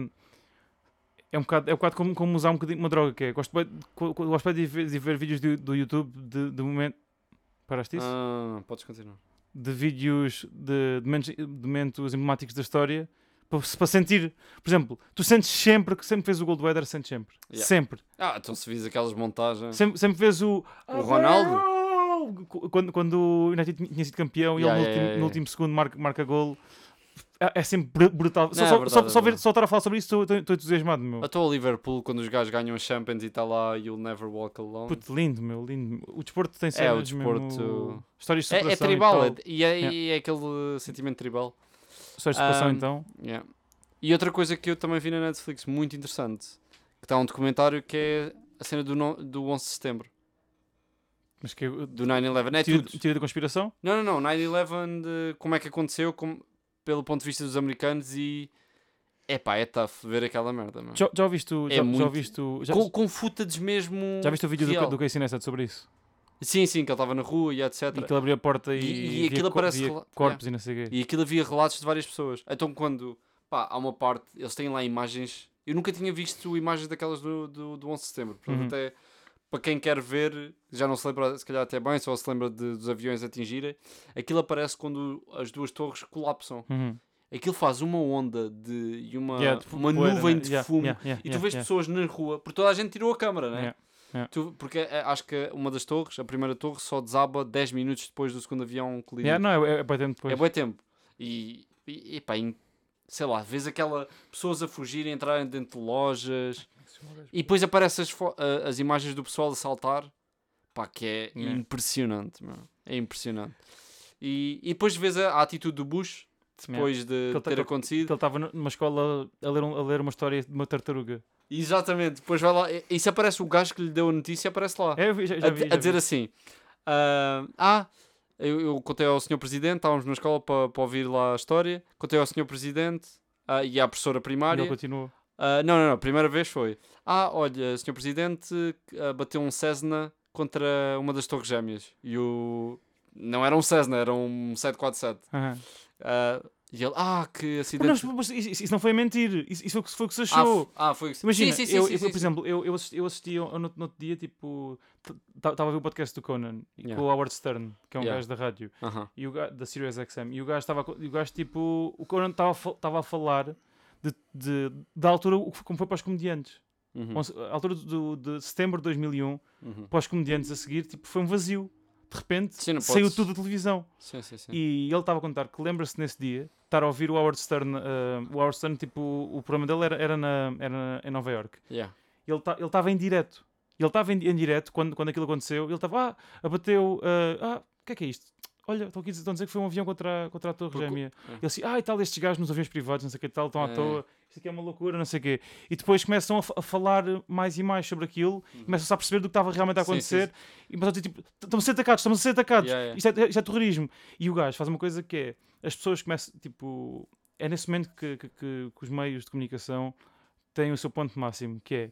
Speaker 1: É um bocado, é um bocado como, como usar um bocadinho uma droga que é. Gosto bem, de- co- co- gosto bem de, ver, de ver vídeos do, do YouTube de, de momento. Paraste isso?
Speaker 2: Ah, podes continuar.
Speaker 1: de vídeos de, de momentos, de momentos emblemáticos da história para, se- para sentir, por exemplo, tu sentes sempre que sempre fez o Goldweather, sentes sempre.
Speaker 2: Yeah.
Speaker 1: Sempre.
Speaker 2: Ah, então se vis aquelas montagens.
Speaker 1: sempre. Sempre fez o.
Speaker 2: O Ronaldo?
Speaker 1: Aguero! Qu- Quando, quando o United tinha- tinha sido campeão e
Speaker 2: Yeah,
Speaker 1: ele no,
Speaker 2: yeah,
Speaker 1: último,
Speaker 2: yeah,
Speaker 1: no
Speaker 2: yeah.
Speaker 1: último segundo marca, marca golo. É, é sempre br- brutal. Só,
Speaker 2: Não, é
Speaker 1: só,
Speaker 2: verdade,
Speaker 1: só, só,
Speaker 2: é
Speaker 1: ver,
Speaker 2: verdade. Então.
Speaker 1: só estar a falar sobre isso estou estou entusiasmado, meu.
Speaker 2: Até o Liverpool, quando os gajos ganham a Champions e está lá You'll Never Walk Alone.
Speaker 1: Puto, lindo, meu, lindo. O desporto tem cenas
Speaker 2: É, o desporto-
Speaker 1: mesmo- Histórias de
Speaker 2: É- é,
Speaker 1: superação.
Speaker 2: tribal,
Speaker 1: e
Speaker 2: é-
Speaker 1: tal.
Speaker 2: e é, e é aquele sentimento tribal.
Speaker 1: Histórias de superação,
Speaker 2: Ahm,
Speaker 1: então.
Speaker 2: Yeah. E outra coisa que eu também vi na Netflix, muito interessante, que está um documentário que é a cena do, no- do 11 de setembro,
Speaker 1: Mas que eu-
Speaker 2: do 9-11. É
Speaker 1: teoria,
Speaker 2: tudo.
Speaker 1: teoria da conspiração?
Speaker 2: Não, não, não. 9-11, de como é que aconteceu, como- pelo ponto de vista dos americanos e... Epá, é tough ver aquela merda, mano.
Speaker 1: Já, já ouviste o.
Speaker 2: É
Speaker 1: já, já
Speaker 2: muito-
Speaker 1: ouviste o. Já,
Speaker 2: com, com footage mesmo
Speaker 1: já viste o vídeo do,
Speaker 2: real.
Speaker 1: do Casey Neistat sobre isso?
Speaker 2: Sim, sim, que ele estava na rua e etc.
Speaker 1: E que ele abriu a porta e.
Speaker 2: E- e
Speaker 1: via
Speaker 2: aquilo
Speaker 1: co-
Speaker 2: aparece
Speaker 1: via
Speaker 2: rela-
Speaker 1: corpos e não sei o quê.
Speaker 2: E aquilo havia relatos de várias pessoas. Então quando, pá, há uma parte, eles têm lá imagens. Eu nunca tinha visto imagens daquelas do, do, do 11 de setembro. Portanto,
Speaker 1: Uhum.
Speaker 2: até para quem quer ver, já não se lembra, se calhar até bem, só se lembra de- dos aviões atingirem. Aquilo aparece quando as duas torres colapsam.
Speaker 1: Uhum.
Speaker 2: Aquilo faz uma onda de, e uma,
Speaker 1: Yeah, de fu-
Speaker 2: uma
Speaker 1: poeira,
Speaker 2: nuvem
Speaker 1: né?
Speaker 2: de
Speaker 1: Yeah,
Speaker 2: fumo.
Speaker 1: yeah, yeah,
Speaker 2: E tu
Speaker 1: yeah,
Speaker 2: vês
Speaker 1: yeah.
Speaker 2: pessoas na rua, porque toda a gente tirou a câmera, né?
Speaker 1: Yeah. Yeah.
Speaker 2: Tu- porque eh, acho que uma das torres, a primeira torre, só desaba 10 minutos depois do segundo avião colidir.
Speaker 1: Yeah, não, é, é, é para tempo depois.
Speaker 2: É bom tempo. E, e, e pá, em- sei lá, vês aquela pessoas a fugirem, entrarem dentro de lojas e depois aparecem as, fo- a- as imagens do pessoal a saltar. Pá, que é
Speaker 1: Yeah.
Speaker 2: impressionante, meu. É impressionante. E, e depois vês a, a atitude do Bush depois de
Speaker 1: Ele tá-
Speaker 2: ter
Speaker 1: ele-
Speaker 2: acontecido.
Speaker 1: Que ele estava nu- numa escola a ler, um- a ler uma história de uma tartaruga.
Speaker 2: Exatamente, depois vai lá. e- E se aparece o gajo que lhe deu a notícia, aparece lá.
Speaker 1: É, eu vi- já, já
Speaker 2: Ah. a,
Speaker 1: vi,
Speaker 2: di-
Speaker 1: já
Speaker 2: a dizer
Speaker 1: vi.
Speaker 2: assim: ah, Ah, eu, eu contei ao senhor Presidente, estávamos na escola para, para ouvir lá a história. Contei ao senhor Presidente ah, e à professora
Speaker 1: E
Speaker 2: primária.
Speaker 1: ele continuou.
Speaker 2: Ah, não, não, não, a primeira vez foi: Ah, olha, senhor Presidente ah, bateu um Cessna contra uma das Torres Gêmeas. E o. Não era um Cessna, era um 747.
Speaker 1: Aham.
Speaker 2: Ah, e ele: Ah, que
Speaker 1: Mas não,
Speaker 2: acidente.
Speaker 1: mas isso, isso- isso não foi mentir. Isso, isso foi o que- foi o que se
Speaker 2: Ah,
Speaker 1: achou.
Speaker 2: f- ah, foi o que se-
Speaker 1: Imagina,
Speaker 2: Sim, sim, sim,
Speaker 1: eu,
Speaker 2: sim,
Speaker 1: eu,
Speaker 2: sim,
Speaker 1: por exemplo, eu, eu assisti, eu assisti ao- ao no, no outro dia, tipo, estava a ver o podcast do Conan e
Speaker 2: Yeah.
Speaker 1: com o Howard Stern, que é um
Speaker 2: Yeah.
Speaker 1: gajo da rádio,
Speaker 2: sim. Aham.
Speaker 1: e o ga- da Sirius XM, e o gajo estava, a co- e o gajo, tipo, o Conan estava a falar de, de- da altura, o que foi- como foi para os comediantes.
Speaker 2: Uhum,
Speaker 1: Ou se- A altura do, de setembro de 2001,
Speaker 2: uhum.
Speaker 1: para os comediantes um, a seguir, tipo, foi um vazio. De repente,
Speaker 2: Sim, não
Speaker 1: saiu
Speaker 2: podes-
Speaker 1: tudo da televisão.
Speaker 2: Sim, sim, sim.
Speaker 1: E ele estava a contar que lembra-se nesse dia estar a ouvir o Howard Stern, ah, o Howard Stern, tipo, o, o programa dele era, era, na, era na- em Nova York
Speaker 2: Yeah.
Speaker 1: ele tá- ele estava em direto. Ele estava em, em direto quando, quando aquilo aconteceu. Ele estava, ah, abateu, ah, ah, o que é que é isto? Olha, estão aqui a dizer, estão a dizer que foi um avião contra, a- contra a Torre
Speaker 2: Porque-
Speaker 1: Gêmea.
Speaker 2: é.
Speaker 1: Ele assim, ah, e tal, estes gajos nos aviões privados, não sei o que tal, estão à
Speaker 2: É.
Speaker 1: toa, isto aqui é uma loucura, não sei o quê. E depois começam a, fa- a falar mais e mais sobre aquilo, começam-se a perceber do que estava realmente a
Speaker 2: Uhum. Sim, sim,
Speaker 1: acontecer, e começam a dizer, tipo, estamos a ser atacados, estamos a ser atacados,
Speaker 2: Yeah, yeah.
Speaker 1: Isto, é, isto é terrorismo. E o gajo faz uma coisa que é, as pessoas começam, tipo, é nesse momento que, que, que- que os meios de comunicação têm o seu ponto máximo, que é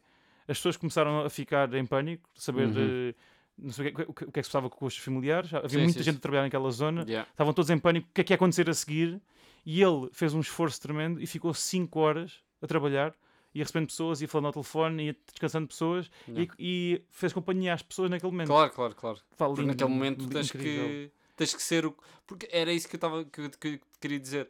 Speaker 1: as pessoas começaram a ficar em pânico, saber
Speaker 2: Uhum.
Speaker 1: eh, não sei o, que, o que- o que é que se passava com os familiares, havia
Speaker 2: Sim,
Speaker 1: muita
Speaker 2: sim,
Speaker 1: gente
Speaker 2: sim.
Speaker 1: a trabalhar naquela zona,
Speaker 2: Yeah.
Speaker 1: estavam todos em pânico, o que é que ia acontecer a seguir? E ele fez um esforço tremendo e ficou 5 horas a trabalhar, ia recebendo pessoas, ia falando ao telefone, ia descansando pessoas
Speaker 2: Yeah.
Speaker 1: e, e fez companhia às pessoas naquele momento.
Speaker 2: Claro, claro, claro.
Speaker 1: Pá,
Speaker 2: Porque
Speaker 1: lindo,
Speaker 2: naquele momento
Speaker 1: lindo,
Speaker 2: tens
Speaker 1: é incrível.
Speaker 2: que, tens que ser o. Porque era isso que eu estava que, eu- que eu queria dizer.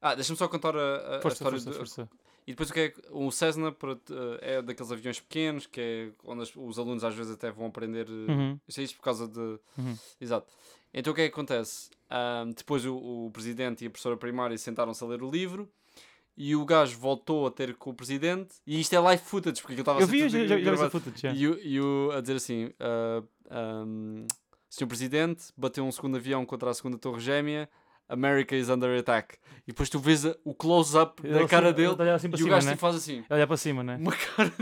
Speaker 2: Ah, deixa-me só contar a- a, a
Speaker 1: Força,
Speaker 2: história
Speaker 1: força,
Speaker 2: do-
Speaker 1: força.
Speaker 2: E depois o que é que- o Cessna para, eh, é daqueles aviões pequenos que é onde as- os alunos às vezes até vão aprender eh,
Speaker 1: Uhum,
Speaker 2: isto é isto por causa de.
Speaker 1: Uhum.
Speaker 2: Exato. Então o que é que acontece? Ahm, depois o, o presidente e a professora primária sentaram-se a ler o livro e o gajo voltou a ter com o presidente. E isto é live footage, porque eu estava
Speaker 1: Eu vi,
Speaker 2: tudo
Speaker 1: já, já, já vi essa
Speaker 2: gravado.
Speaker 1: footage. já.
Speaker 2: E, o- e o a dizer assim: ah, ahm, Senhor Presidente, bateu um segundo avião contra a segunda Torre Gêmea. America is under attack. E depois tu vês a- o close-up
Speaker 1: Ele
Speaker 2: da cara
Speaker 1: assim-
Speaker 2: dele
Speaker 1: ele olhar assim para
Speaker 2: e o
Speaker 1: cima,
Speaker 2: gajo
Speaker 1: né?
Speaker 2: tipo faz assim:
Speaker 1: Olhar para cima, né?
Speaker 2: uma cara,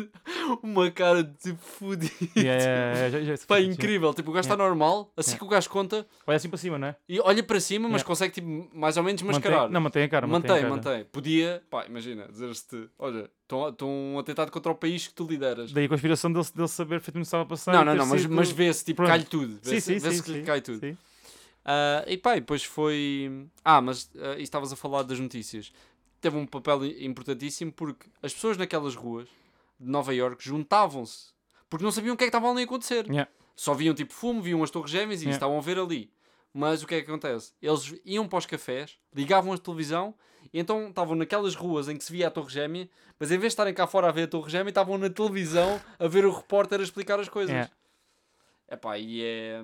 Speaker 2: uma cara de tipo fudido.
Speaker 1: Yeah, yeah, yeah, é, já- já vi essa
Speaker 2: Pá,
Speaker 1: footage, já.
Speaker 2: incrível. Tipo, o gajo está normal, assim que o gajo conta
Speaker 1: Olha assim para cima, não é?
Speaker 2: e olha para cima, mas
Speaker 1: Yeah.
Speaker 2: consegue tipo, mais ou menos
Speaker 1: Mantém-
Speaker 2: mascarar.
Speaker 1: Não, mantém a cara. Mantém, a
Speaker 2: mantém,
Speaker 1: cara.
Speaker 2: mantém. Podia, pá, imagina, dizer-se-te: Olha, estão estão um atentado contra o país que tu lideras.
Speaker 1: Daí a conspiração dele, dele saber perfeitamente o que estava a passar.
Speaker 2: Não,
Speaker 1: e
Speaker 2: não,
Speaker 1: ter
Speaker 2: não, mas,
Speaker 1: sido-
Speaker 2: mas vê-se, tipo,
Speaker 1: Pronto.
Speaker 2: cai tudo.
Speaker 1: Sim,
Speaker 2: Vê-se
Speaker 1: sim,
Speaker 2: vê-se
Speaker 1: sim,
Speaker 2: que
Speaker 1: sim,
Speaker 2: lhe cai tudo.
Speaker 1: sim.
Speaker 2: Ah, e pá, e depois foi. Ah, mas ah, e estavas a falar das notícias. Teve um papel i- importantíssimo porque as pessoas naquelas ruas de Nova Iorque juntavam-se porque não sabiam o que é que estava ali a acontecer.
Speaker 1: Yeah.
Speaker 2: Só viam tipo fumo, viam as torres gêmeas e
Speaker 1: Yeah.
Speaker 2: estavam a ver ali. Mas o que é que acontece? Eles iam para os cafés, ligavam a televisão e então estavam naquelas ruas em que se via a Torre Gêmea, mas em vez de estarem cá fora a ver a Torre Gêmea, estavam na televisão a ver o repórter a explicar as coisas.
Speaker 1: Yeah.
Speaker 2: Epá, e é.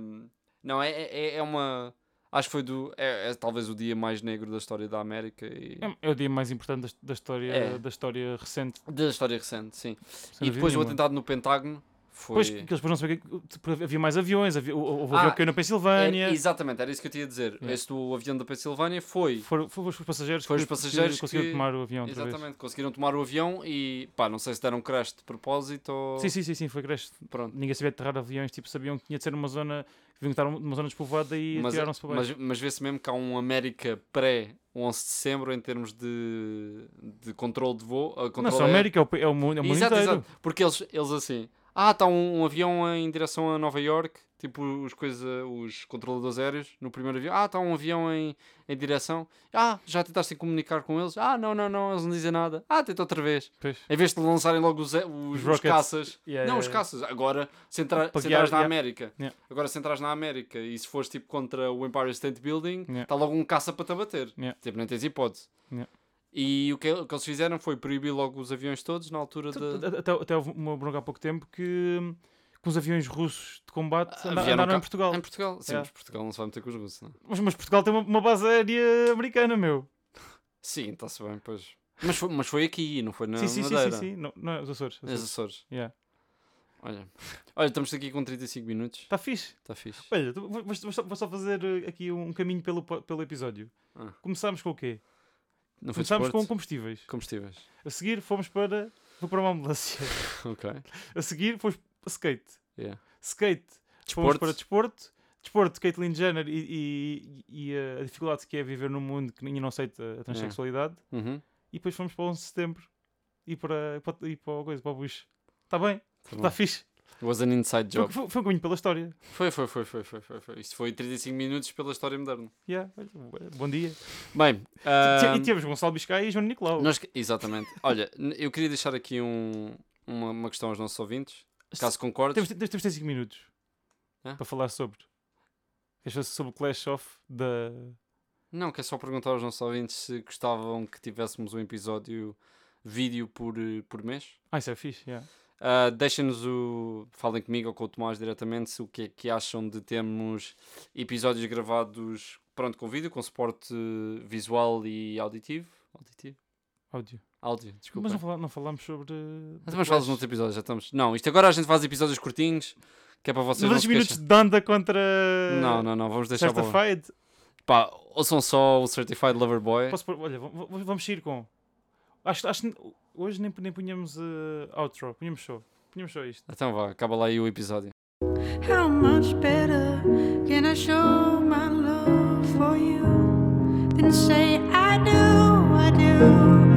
Speaker 2: Não, é, é, é uma. Acho que foi do. É, é talvez o dia mais negro da história da América e.
Speaker 1: É, é o dia mais importante da, da história,
Speaker 2: É.
Speaker 1: da história recente.
Speaker 2: Da história recente, sim.
Speaker 1: sem
Speaker 2: E
Speaker 1: dúvida
Speaker 2: depois o
Speaker 1: nenhuma.
Speaker 2: atentado no Pentágono foi.
Speaker 1: Depois que eles depois não sabem o que- tipo, Havia mais aviões, havia, hou- houve um avião
Speaker 2: Ah,
Speaker 1: que caiu na
Speaker 2: Era-
Speaker 1: Pensilvânia.
Speaker 2: exatamente, era isso que eu tinha a dizer.
Speaker 1: Yeah.
Speaker 2: Esse do avião da Pensilvânia foi.
Speaker 1: Foram, foram os passageiros,
Speaker 2: Foram
Speaker 1: que,
Speaker 2: os passageiros
Speaker 1: que conseguiram
Speaker 2: que-
Speaker 1: tomar o avião outra vez.
Speaker 2: Exatamente, conseguiram tomar o avião e pá, não sei se deram crash de propósito ou.
Speaker 1: Sim, sim, sim, sim, foi creche.
Speaker 2: Pronto.
Speaker 1: Ninguém sabia aterrar aviões, tipo, sabiam que tinha de ser numa zona, que vinham estar numa zona despovoada e
Speaker 2: Mas, é-
Speaker 1: atiraram-se para baixo.
Speaker 2: mas, mas vê-se mesmo que há um América pré-11 de setembro em termos de, de controle de voo. a
Speaker 1: não,
Speaker 2: controle
Speaker 1: só a
Speaker 2: aéreo.
Speaker 1: América é o, pa- é o mundo, é o mundo
Speaker 2: Exato,
Speaker 1: inteiro.
Speaker 2: exato. Porque eles, eles assim, ah, está um, um avião em direção a Nova York, tipo os coisa, os controladores aéreos no primeiro avião, ah, está um avião em, em direção, ah, já tentaste comunicar com eles, ah, não, não, não, eles não dizem nada, ah, tenta outra vez.
Speaker 1: Pois.
Speaker 2: Em vez de lançarem logo os, os, os
Speaker 1: rockets.
Speaker 2: caças.
Speaker 1: Yeah, yeah,
Speaker 2: não, os
Speaker 1: yeah.
Speaker 2: caças. Agora, se, entra,
Speaker 1: Para
Speaker 2: se
Speaker 1: guiar,
Speaker 2: entras na
Speaker 1: yeah.
Speaker 2: América.
Speaker 1: Yeah.
Speaker 2: Agora, se entras na América e se fores tipo contra o Empire State Building, está
Speaker 1: Yeah.
Speaker 2: logo um caça para te abater.
Speaker 1: Yeah.
Speaker 2: Tipo, não tens hipótese.
Speaker 1: Yeah.
Speaker 2: E o que, o que eles fizeram foi proibir logo os aviões todos na altura
Speaker 1: Tu-
Speaker 2: da.
Speaker 1: Até, até houve uma bronca há pouco tempo que hum, com os aviões russos de combate
Speaker 2: Ah,
Speaker 1: anda-
Speaker 2: vieram
Speaker 1: andaram
Speaker 2: cá.
Speaker 1: em Portugal.
Speaker 2: Em Portugal. Sim,
Speaker 1: É.
Speaker 2: mas Portugal não se vai meter com os russos, não é?
Speaker 1: Mas, mas Portugal tem uma, uma base aérea americana, meu.
Speaker 2: Sim, está-se bem, pois. Mas foi, mas foi aqui, não foi na
Speaker 1: sim, sim, sim,
Speaker 2: Madeira.
Speaker 1: sim, sim. Não, não é os Açores. Os
Speaker 2: Nos
Speaker 1: Açores.
Speaker 2: Açores.
Speaker 1: Yeah.
Speaker 2: Olha. Olha, estamos aqui com 35 minutos.
Speaker 1: Está Tá fixe.
Speaker 2: Está fixe.
Speaker 1: Olha, tu- vou, vou- vou só- vou só fazer eh, aqui um caminho pelo, po- pelo episódio.
Speaker 2: Ah.
Speaker 1: Começámos com o quê?
Speaker 2: Não foi
Speaker 1: Começámos
Speaker 2: desporto?
Speaker 1: com combustíveis.
Speaker 2: combustíveis.
Speaker 1: A seguir fomos para. Vou para uma ambulância.
Speaker 2: Ok.
Speaker 1: A seguir fomos para skate.
Speaker 2: Yeah.
Speaker 1: Skate. Fomos
Speaker 2: Desporto.
Speaker 1: Tipo, para desporto. Desporto, Caitlyn Jenner e, e- e a dificuldade que é viver num mundo que ninguém não aceita a transexualidade.
Speaker 2: Uhum.
Speaker 1: E depois fomos para o 11 de setembro e para, e para, e para, a coisa, para o Bush. Está bem?
Speaker 2: Tá
Speaker 1: Está
Speaker 2: bom.
Speaker 1: fixe?
Speaker 2: Was an inside
Speaker 1: Foi,
Speaker 2: job.
Speaker 1: foi, foi um caminho pela história.
Speaker 2: Foi, foi, foi, foi, foi, foi, foi. Isto foi 35 minutos pela história moderna.
Speaker 1: Yeah, olha, Bom dia.
Speaker 2: Bem,
Speaker 1: Te-
Speaker 2: ah,
Speaker 1: E tivemos Gonçalo Biscay e João Nicolau.
Speaker 2: nós, exatamente. Olha, n- eu queria deixar aqui um, uma, uma questão aos nossos ouvintes, caso concordes.
Speaker 1: Temos, temos, temos 5 minutos
Speaker 2: Hã?
Speaker 1: para falar sobre. Queixou-se sobre o Clash of da.
Speaker 2: Não, quero só perguntar aos nossos ouvintes se gostavam que tivéssemos um episódio vídeo por, eh, por mês.
Speaker 1: Ah, isso é fixe, yeah.
Speaker 2: Ah, Deixem-nos o. Falem comigo ou com o Tomás diretamente se o que é que acham de termos episódios gravados pronto, com vídeo, com suporte visual e auditivo. Auditivo?
Speaker 1: áudio.
Speaker 2: Áudio, desculpa.
Speaker 1: Mas não, fala- não falámos sobre.
Speaker 2: Mas vamos falar dos outros episódios, já estamos. Não, isto agora a gente faz episódios curtinhos, que é para vocês não
Speaker 1: 2
Speaker 2: se
Speaker 1: minutos
Speaker 2: minutos...
Speaker 1: de Danda contra.
Speaker 2: Não, não, não, vamos deixar para lá.
Speaker 1: Certified.
Speaker 2: Pá, ouçam só o Certified Lover Boy.
Speaker 1: Posso pôr- Olha, v- v- vamos sair com. Acho, acho que hoje nem, nem punhamos eh, outro, punhamos só. Punhamos só isto.
Speaker 2: Então vá, acaba lá aí o episódio.
Speaker 3: How much better can I show my love for you than say I do, I do,